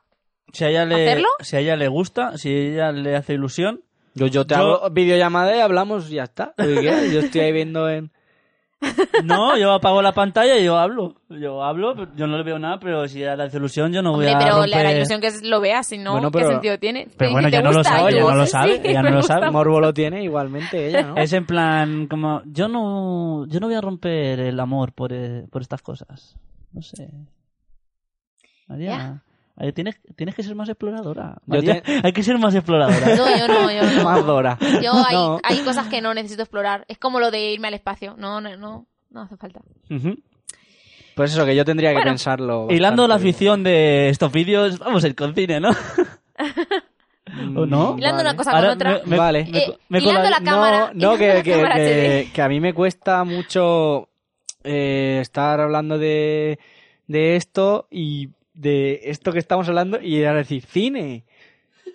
S8: Si a, ella le,
S9: ¿Hacerlo?
S8: si a ella le gusta, si a ella le hace ilusión,
S5: Yo, yo te
S8: Yo-
S5: hago videollamada y hablamos y ya está. ¿Y qué? Yo estoy ahí viendo en...
S8: no, yo apago la pantalla y yo hablo. Yo hablo, pero yo no le veo nada, pero si a ella le hace ilusión, yo no voy
S9: Hombre,
S8: a
S9: pero le
S8: romper-
S9: hará ilusión que lo veas, si no,
S5: Bueno,
S9: ¿qué
S5: pero-
S9: sentido tiene? Te
S8: bueno,
S9: dice,
S8: ya
S9: "¿Te
S8: no lo
S9: gusta?"
S8: sabe,
S9: Y
S5: ya
S9: tú,
S5: no
S8: lo
S9: "Sí,
S8: sabe, ya no
S9: me
S8: lo
S9: gusta".
S8: sabe.
S5: Morbo lo tiene igualmente ella, ¿no?
S8: Es en plan, como, yo no, yo no voy a romper el amor por, eh, por estas cosas. No sé. María,
S9: Ya.
S8: ahí tienes, tienes que ser más exploradora.
S5: Yo
S8: María, Hay que ser más exploradora.
S9: No, yo no, yo no.
S5: Más Dora.
S9: Yo hay,
S5: No.
S9: hay cosas que no necesito explorar. Es como lo de irme al espacio. No, no, no, no hace falta.
S8: Ujú.
S5: Pues eso, que yo tendría que
S9: Bueno.
S5: pensarlo.
S8: Hilando
S5: bastante
S8: la
S5: bien.
S8: afición de estos vídeos, vamos a ir con cine, ¿no? ¿O no?
S9: Hilando una cosa
S8: Ahora
S9: con otra.
S8: me- me-
S5: Vale.
S8: me-
S9: Eh,
S8: me
S9: hilando
S8: cola-
S9: la cámara.
S5: No, no, que,
S9: la
S5: que,
S9: cámara
S5: que-
S9: HD.
S5: que a mí me cuesta mucho eh, estar hablando de, de esto y de esto que estamos hablando y ahora decir cine.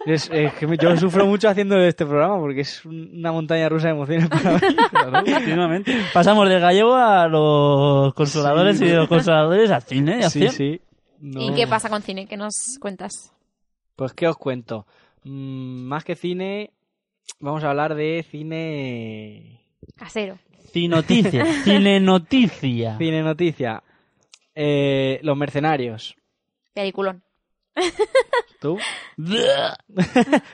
S5: Es, es que me- yo sufro mucho haciendo este programa porque es un- una montaña rusa de emociones para mí.
S8: Claro, continuamente. Pasamos del gallego a los consoladores y de los consoladores a cine y a
S5: Sí,
S8: acción.
S5: sí. No.
S9: ¿Y qué pasa con cine? ¿Qué nos cuentas?
S5: Pues qué os cuento. Mm, más que cine, vamos a hablar de cine...
S9: Casero.
S8: Cinoticia, cine e noticia.
S5: Cine noticia. Eh, los mercenarios.
S9: Peliculón.
S5: ¿Tú?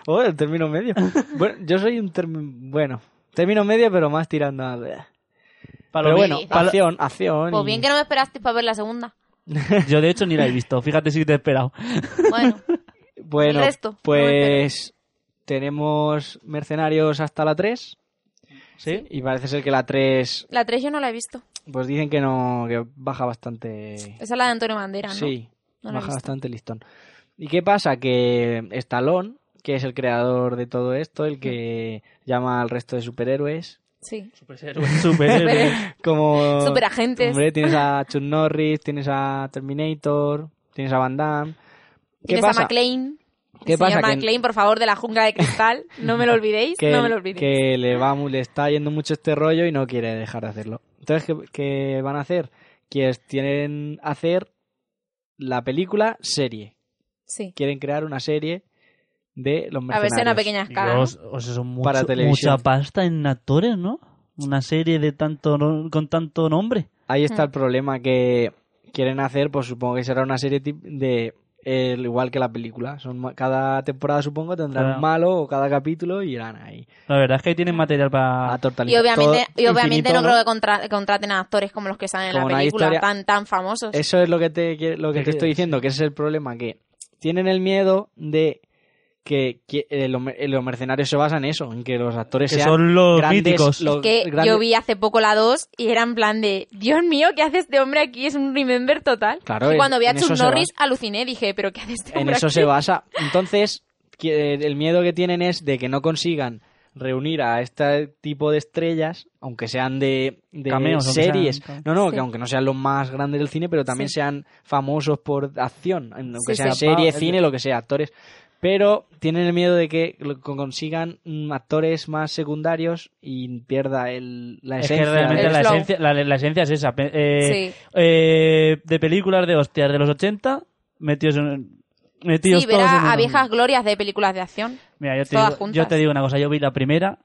S5: oh, el término medio. Bueno, yo soy un término. Bueno, término medio, pero más tirando a. Pero bueno,
S9: Sí.
S5: acción, acción.
S9: Pues
S5: y-
S9: bien que no me esperaste para ver la segunda.
S8: Yo de hecho ni la he visto, fíjate si te he esperado.
S9: Bueno,
S5: Bueno,
S9: el resto, no me
S5: pues. tenemos mercenarios hasta la 3.
S9: Sí.
S5: Y parece ser que la 3.
S9: la 3 yo no la he visto.
S5: Pues dicen que no. que baja bastante.
S9: Esa es la de Antonio Bandera, ¿no?
S5: Sí,
S9: No la he
S5: baja
S9: visto.
S5: bastante el listón. ¿Y qué pasa? Que Stallone, que es el creador de todo esto, el que llama al resto de superhéroes.
S9: Sí.
S8: Superhéroes, superhéroes.
S5: como.
S9: Superagentes.
S5: Hombre, tienes a Chuck Norris, tienes a Terminator, tienes a Van Damme. ¿Qué
S9: Tienes
S5: pasa?
S9: a McLean.
S5: ¿Qué
S9: el
S5: pasa?
S9: Señor
S5: Que-
S9: McLean, por favor, de la jungla de cristal. No me lo olvidéis,
S5: que,
S9: no me lo olvidéis.
S5: que le va mu- le está yendo mucho este rollo y no quiere dejar de hacerlo. Entonces, ¿qué, qué van a hacer? Que tienen hacer la película serie.
S9: Sí.
S5: Quieren crear una serie de los
S9: A ver
S5: mercenarios.
S9: si en una pequeña escala. ¿no?
S8: Dios, o sea, son mucho-
S5: Para televisión.
S8: mucha pasta en actores, ¿no? Una serie de tanto no- con tanto nombre.
S5: Ahí está
S9: Mm.
S5: el problema que quieren hacer, pues supongo que será una serie tip- de el- igual que la película. Son ma- cada temporada supongo tendrán
S8: Claro.
S5: un malo o cada capítulo y irán ahí
S8: La verdad es que ahí tienen material para...
S5: a tortalizar.
S9: Y obviamente,
S5: Todo
S9: y obviamente
S5: infinito,
S9: no creo que contra- contraten a actores como los que salen en la
S5: Como no hay
S9: película,
S5: historia-
S9: tan, tan famosos.
S5: Eso es lo que te quie- lo que
S8: Sí,
S5: te estoy
S8: sí.
S5: diciendo, que ese es el problema que tienen el miedo de que, que, eh, los mer- eh, los mercenarios se basan en eso, en que los actores
S8: Que
S5: sean
S8: son los
S5: grandes,
S8: míticos.
S5: los
S9: que
S5: grandes-
S9: yo vi hace poco la 2 y era en plan de, Dios mío, ¿qué hace este hombre aquí? Es un remember total.
S5: Claro,
S9: y cuando vi a
S5: en eso
S9: Chuck
S5: se va.
S9: Norris aluciné, dije, pero ¿qué hace este
S5: en
S9: hombre
S5: eso
S9: aquí?
S5: se basa. Entonces, que eh, el miedo que tienen es de que no consigan reunir a este tipo de estrellas, aunque sean de, de
S8: Cameos, aunque
S5: series.
S8: sean-
S5: No, no,
S9: Sí.
S5: que aunque no sean los más grandes del cine, pero también
S9: Sí.
S5: sean famosos por acción, aunque
S9: Sí,
S5: sean
S9: sí.
S5: serie,
S8: Ah, el-
S5: cine, lo que sea, actores. Pero tienen el miedo de que lo- con- consigan mm, actores más secundarios y pierda el, la
S8: Es
S5: esencia.
S8: que realmente
S9: El
S8: la
S9: flow.
S8: esencia, la, la esencia es esa. Pe- eh,
S9: Sí.
S8: eh, de películas de hostias de los 80, metidos en... Metidos
S9: Sí,
S8: todos en
S9: verá
S8: uno.
S9: a viejas glorias de películas de acción.
S8: Mira, yo te,
S9: todas
S8: digo,
S9: juntas.
S8: yo te digo una cosa. Yo vi la primera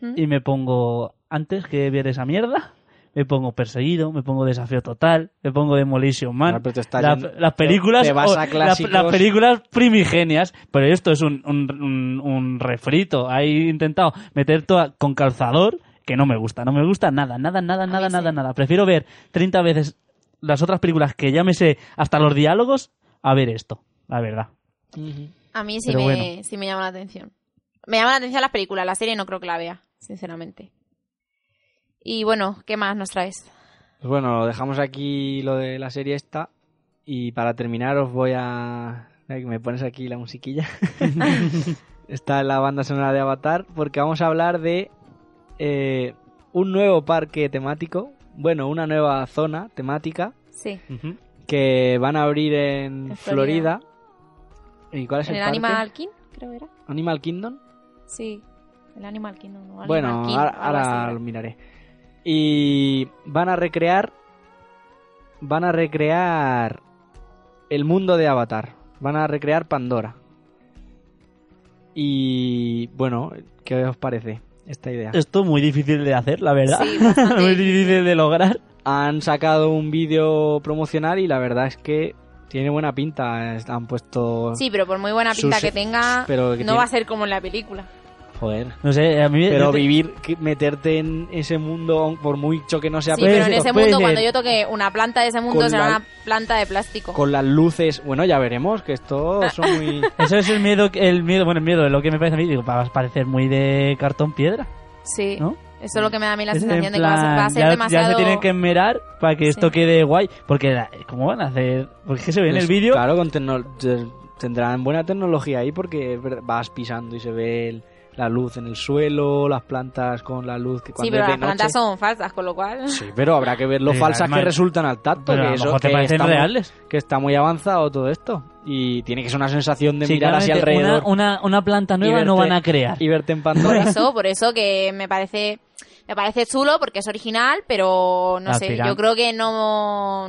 S9: ¿Mm?
S8: y me pongo... Antes que viera esa mierda, me pongo perseguido, me pongo desafío total, me pongo Demolition Man.
S5: Claro, pero te estás
S8: La-
S5: yendo-
S8: las películas
S5: te vas
S8: o-
S5: a
S8: la-
S5: clásicos.
S8: las películas primigenias pero esto es un, un, un- un refrito he intentado meter toda con calzador que no me gusta no me gusta nada nada nada nada
S9: mí
S8: nada
S9: sí.
S8: nada prefiero ver 30 veces las otras películas que ya me sé hasta los diálogos a ver esto la verdad
S5: Ujú.
S9: A mí sí
S8: Pero
S9: me,
S8: bueno.
S9: sí me llama la atención. Me llama la atención las películas, la serie no creo que la vea, sinceramente. Y bueno, ¿qué más nos traes?
S5: Pues bueno, dejamos aquí lo de la serie esta. Y para terminar os voy a... Ay, Me pones aquí la musiquilla. Está la banda sonora de Avatar porque vamos a hablar de eh, un nuevo parque temático. Bueno, una nueva zona temática
S9: Sí,
S8: Ujú.
S5: que van a abrir en
S9: En
S5: Florida. ¿Y cuál es
S9: en
S5: el,
S9: el
S5: parque?
S9: Animal King, creo que era.
S5: Animal Kingdom.
S9: Sí, el Animal Kingdom. o
S5: Bueno,
S9: Animal King,
S5: ahora,
S9: o algo
S5: ahora
S9: así.
S5: lo miraré. Y van a recrear. Van a recrear. El mundo de Avatar. Van a recrear Pandora. Y. Bueno, ¿qué os parece esta idea?
S8: esto es muy difícil de hacer la verdad
S9: Sí, bastante
S8: muy difícil de lograr
S5: Han sacado un vídeo promocional y la verdad es que tiene buena pinta. Es- Han puesto.
S9: Sí, pero por muy buena pinta
S5: Sus-
S9: que tenga,
S5: pero
S9: no
S5: que
S9: va
S5: tiene-
S9: a ser como en la película.
S5: Joder.
S8: no sé a mí
S5: Pero
S8: yo te-
S5: vivir, que- meterte en ese mundo, por mucho que no sea
S9: Sí, pero en
S8: ser,
S9: ese
S8: puede
S9: mundo,
S8: ser.
S9: cuando yo toque una planta de ese mundo,
S5: Con
S9: será
S5: la-
S9: una planta de plástico.
S5: con las luces. Bueno, ya veremos, que esto son muy.
S8: eso es el miedo que- el miedo bueno el miedo lo que me parece a mí digo va a parecer muy de cartón piedra
S9: Sí,
S8: ¿no?
S9: eso es lo que me da a mí la
S8: Es en
S9: sensación de que va a ser, va a
S8: plan,
S9: ser
S8: ya,
S9: demasiado...
S8: ya se tienen que enmerar para que esto
S9: Sí.
S8: quede guay. Porque, la- ¿cómo van a hacer? Porque es que se ve en el
S5: Pues,
S8: vídeo.
S5: Claro, con tecno- te- tendrán buena tecnología ahí porque es verdad, vas pisando y se ve el- la luz en el suelo, las plantas con la luz que cuando
S9: Sí, pero
S5: es de
S9: las
S5: noche.
S9: plantas son falsas, con lo cual...
S5: Sí, pero habrá que ver lo
S8: Sí,
S5: falsas
S8: Eh, además-
S5: que resultan al tacto.
S8: Pero a
S5: que
S8: lo
S5: eso-
S8: mejor te
S5: que
S8: parecen
S5: está muy-
S8: reales.
S5: que está muy avanzado todo esto. Y tiene que ser una sensación de
S8: Sí,
S5: mirar hacia
S8: claramente,
S5: alrededor.
S8: Una, una, una planta
S5: y
S8: nueva no
S5: verte-
S8: van a crear.
S5: Y verte en
S9: Por
S5: Pandora.
S9: eso, por eso que me parece me parece chulo porque es original, pero no
S8: Al
S9: sé,
S8: final.
S9: yo creo que no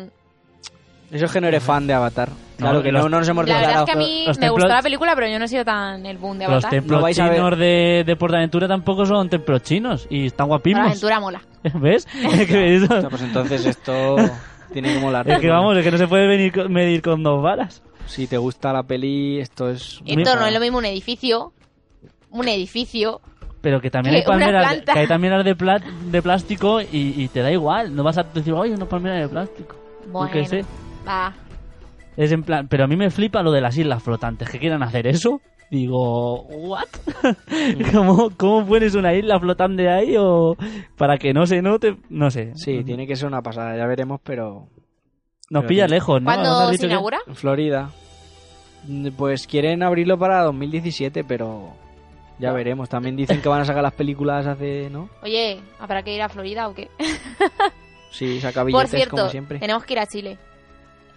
S5: eso es que no eres fan de Avatar. Claro que
S8: los-
S5: no, no nos hemos
S9: La verdad
S5: trasladado.
S9: es que a mí
S8: los
S9: me
S8: templos-
S9: gustó la película, pero yo no he sido tan el boom de
S8: Los
S9: Avatar.
S8: templos
S5: No vais a ver-
S8: chinos de, de Portaventura tampoco son templos chinos. Y están
S9: La
S8: guapísimos.
S9: aventura mola.
S8: ¿Ves? Es que, eso-
S5: O sea, pues entonces esto tiene como la
S8: es que vamos, es que no se puede venir con- medir con dos balas.
S5: Si te gusta la peli, esto es.
S9: Esto no es lo mismo un edificio, un edificio.
S8: Pero que también
S9: Que
S8: hay
S9: una
S8: palmeras, de-
S9: planta.
S8: que hay palmeras de, pla- de plástico y, y te da igual. No vas a decir, oye, una palmera de plástico.
S9: Bueno,
S8: Yo qué sé.
S9: va.
S8: Es en plan, pero a mí me flipa lo de las islas flotantes, que quieran hacer eso. Digo, ¿what? ¿Cómo, ¿Cómo pones una isla flotante ahí o para que no se note? No sé.
S5: Sí, tiene que ser una pasada, ya veremos, pero.
S8: Nos
S5: pero
S8: pilla
S5: tiene-
S8: lejos, ¿no? ¿Nos
S9: ¿Cuándo
S8: has
S9: se
S8: dicho que-
S9: inaugura?
S5: En Florida. Pues quieren abrirlo para 2017, pero ya veremos. También dicen que van a sacar las películas hace, ¿no?
S9: Oye, ¿habrá que ir a Florida o qué?
S5: Sí, saca
S9: Por
S5: billetes
S9: cierto,
S5: este como siempre.
S9: tenemos que ir a Chile.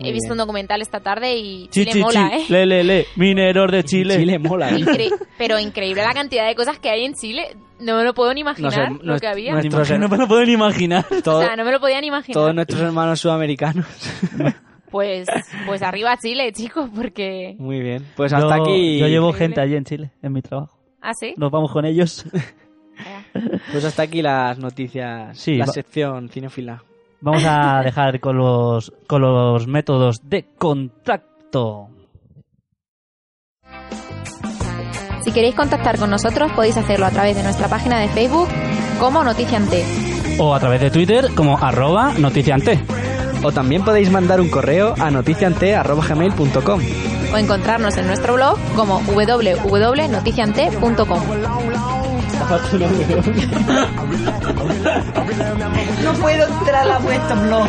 S5: Muy
S9: He visto
S5: bien.
S9: un documental esta tarde y
S8: Chi,
S9: Chile
S8: chi,
S9: mola,
S8: chi.
S9: ¿eh?
S8: Le, le, le. Mineros de Chile.
S5: Chile mola, ¿eh?
S9: Incre- pero increíble la cantidad de cosas que hay en Chile. No me lo puedo ni imaginar
S5: Nos-
S9: lo
S5: nos-
S9: que había.
S5: nuestros- Pues
S8: Imagino, no me lo pueden imaginar.
S9: o
S5: Todo-
S9: sea, no me lo podía ni imaginar.
S5: todos nuestros hermanos sudamericanos.
S9: Pues, pues arriba Chile, chicos, porque...
S5: Muy bien. Pues hasta
S8: Yo-
S5: aquí.
S8: Yo llevo
S9: Increíble.
S8: gente allí en Chile, en mi trabajo.
S9: ¿Ah, sí?
S8: Nos vamos con ellos.
S5: Pues hasta aquí las noticias.
S8: Sí,
S5: la
S8: va-
S5: sección cinefila.
S8: Vamos a dejar con los, con los métodos de contacto.
S9: Si queréis contactar con nosotros podéis hacerlo a través de nuestra página de Facebook como Noticiante.
S8: O a través de Twitter como arroba noticiante.
S5: O también podéis mandar un correo a noticiante.gmail.com.
S9: o encontrarnos en nuestro blog como www.noticiante.com.
S11: No puedo entrar a vuestro blog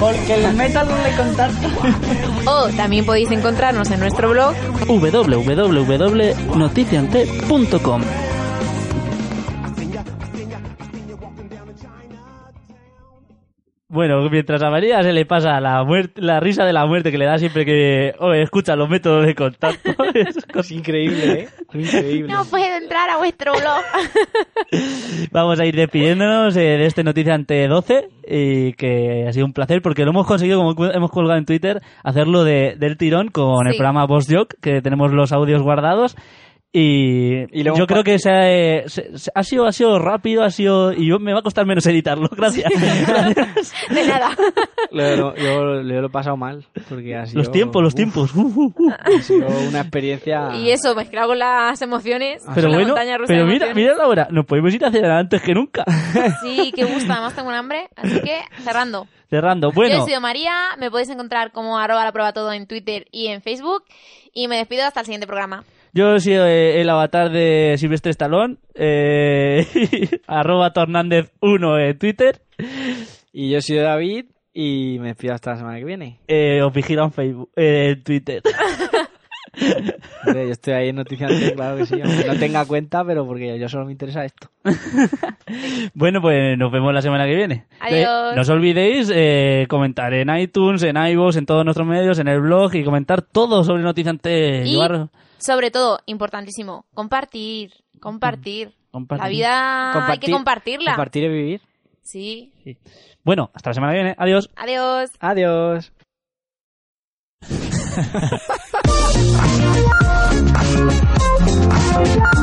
S11: porque el metal no le contacta.
S9: O también podéis encontrarnos en nuestro blog
S8: www.noticiante.com Bueno, mientras a María se le pasa la muerte, la risa de la muerte que le da siempre que oh, escucha los métodos de contacto. es
S5: increíble, ¿eh? Increíble.
S9: No puedo entrar a vuestro blog.
S8: Vamos a ir despidiéndonos eh, de este Noticiante 12 y que ha sido un placer porque lo hemos conseguido, como cu- hemos colgado en Twitter, hacerlo de- del tirón con el
S9: Sí.
S8: programa Boss Joke, que tenemos los audios guardados. Y,
S5: Y lo hemos
S8: yo creo
S5: pa-
S8: que se ha, eh, se- se- ha sido ha sido rápido, ha sido y yo, me va a costar menos editarlo, gracias.
S9: De nada.
S5: Lo- lo- yo, yo lo he pasado mal. Porque ha sido,
S8: los tiempos, los
S5: uf,
S8: tiempos. Uh, uh, uh.
S5: Ha sido una experiencia.
S9: Y eso, mezclado con las emociones.
S8: Pero
S9: la
S8: bueno,
S9: montaña rusa
S8: pero
S9: de
S8: mira,
S9: emociones.
S8: mira la hora, nos podemos ir hacia adelante antes que nunca.
S9: Sí, que gusta, además tengo un hambre. Así que cerrando.
S8: Cerrando.
S9: Yo
S8: Bueno,
S9: he sido María, me podéis encontrar como arroba la prueba todo en Twitter y en Facebook. Y me despido hasta el siguiente programa.
S8: Yo he sido eh, el avatar de Silvestre Stallone, eh, arroba tornández1 en Twitter.
S5: Y yo he sido David y me despido hasta la semana que viene.
S8: Eh, os vigilo en Facebook, eh, en Twitter.
S5: Hombre, yo estoy ahí en Noticiante, claro que sí. Aunque no tenga cuenta, pero porque yo solo me interesa esto.
S8: bueno, pues nos vemos la semana que viene.
S9: Adiós.
S8: Eh, no os olvidéis eh, comentar en iTunes, en iVoox, en todos nuestros medios, en el blog y comentar todo sobre Noticiante.
S9: Y-
S8: Llevar-
S9: Sobre todo, importantísimo, compartir, compartir.
S8: compartir.
S9: La vida hay que compartirla.
S5: Compartir es vivir.
S9: Sí.
S8: Bueno, hasta la semana que viene. Adiós.
S9: Adiós.
S5: Adiós.
S10: Thank you.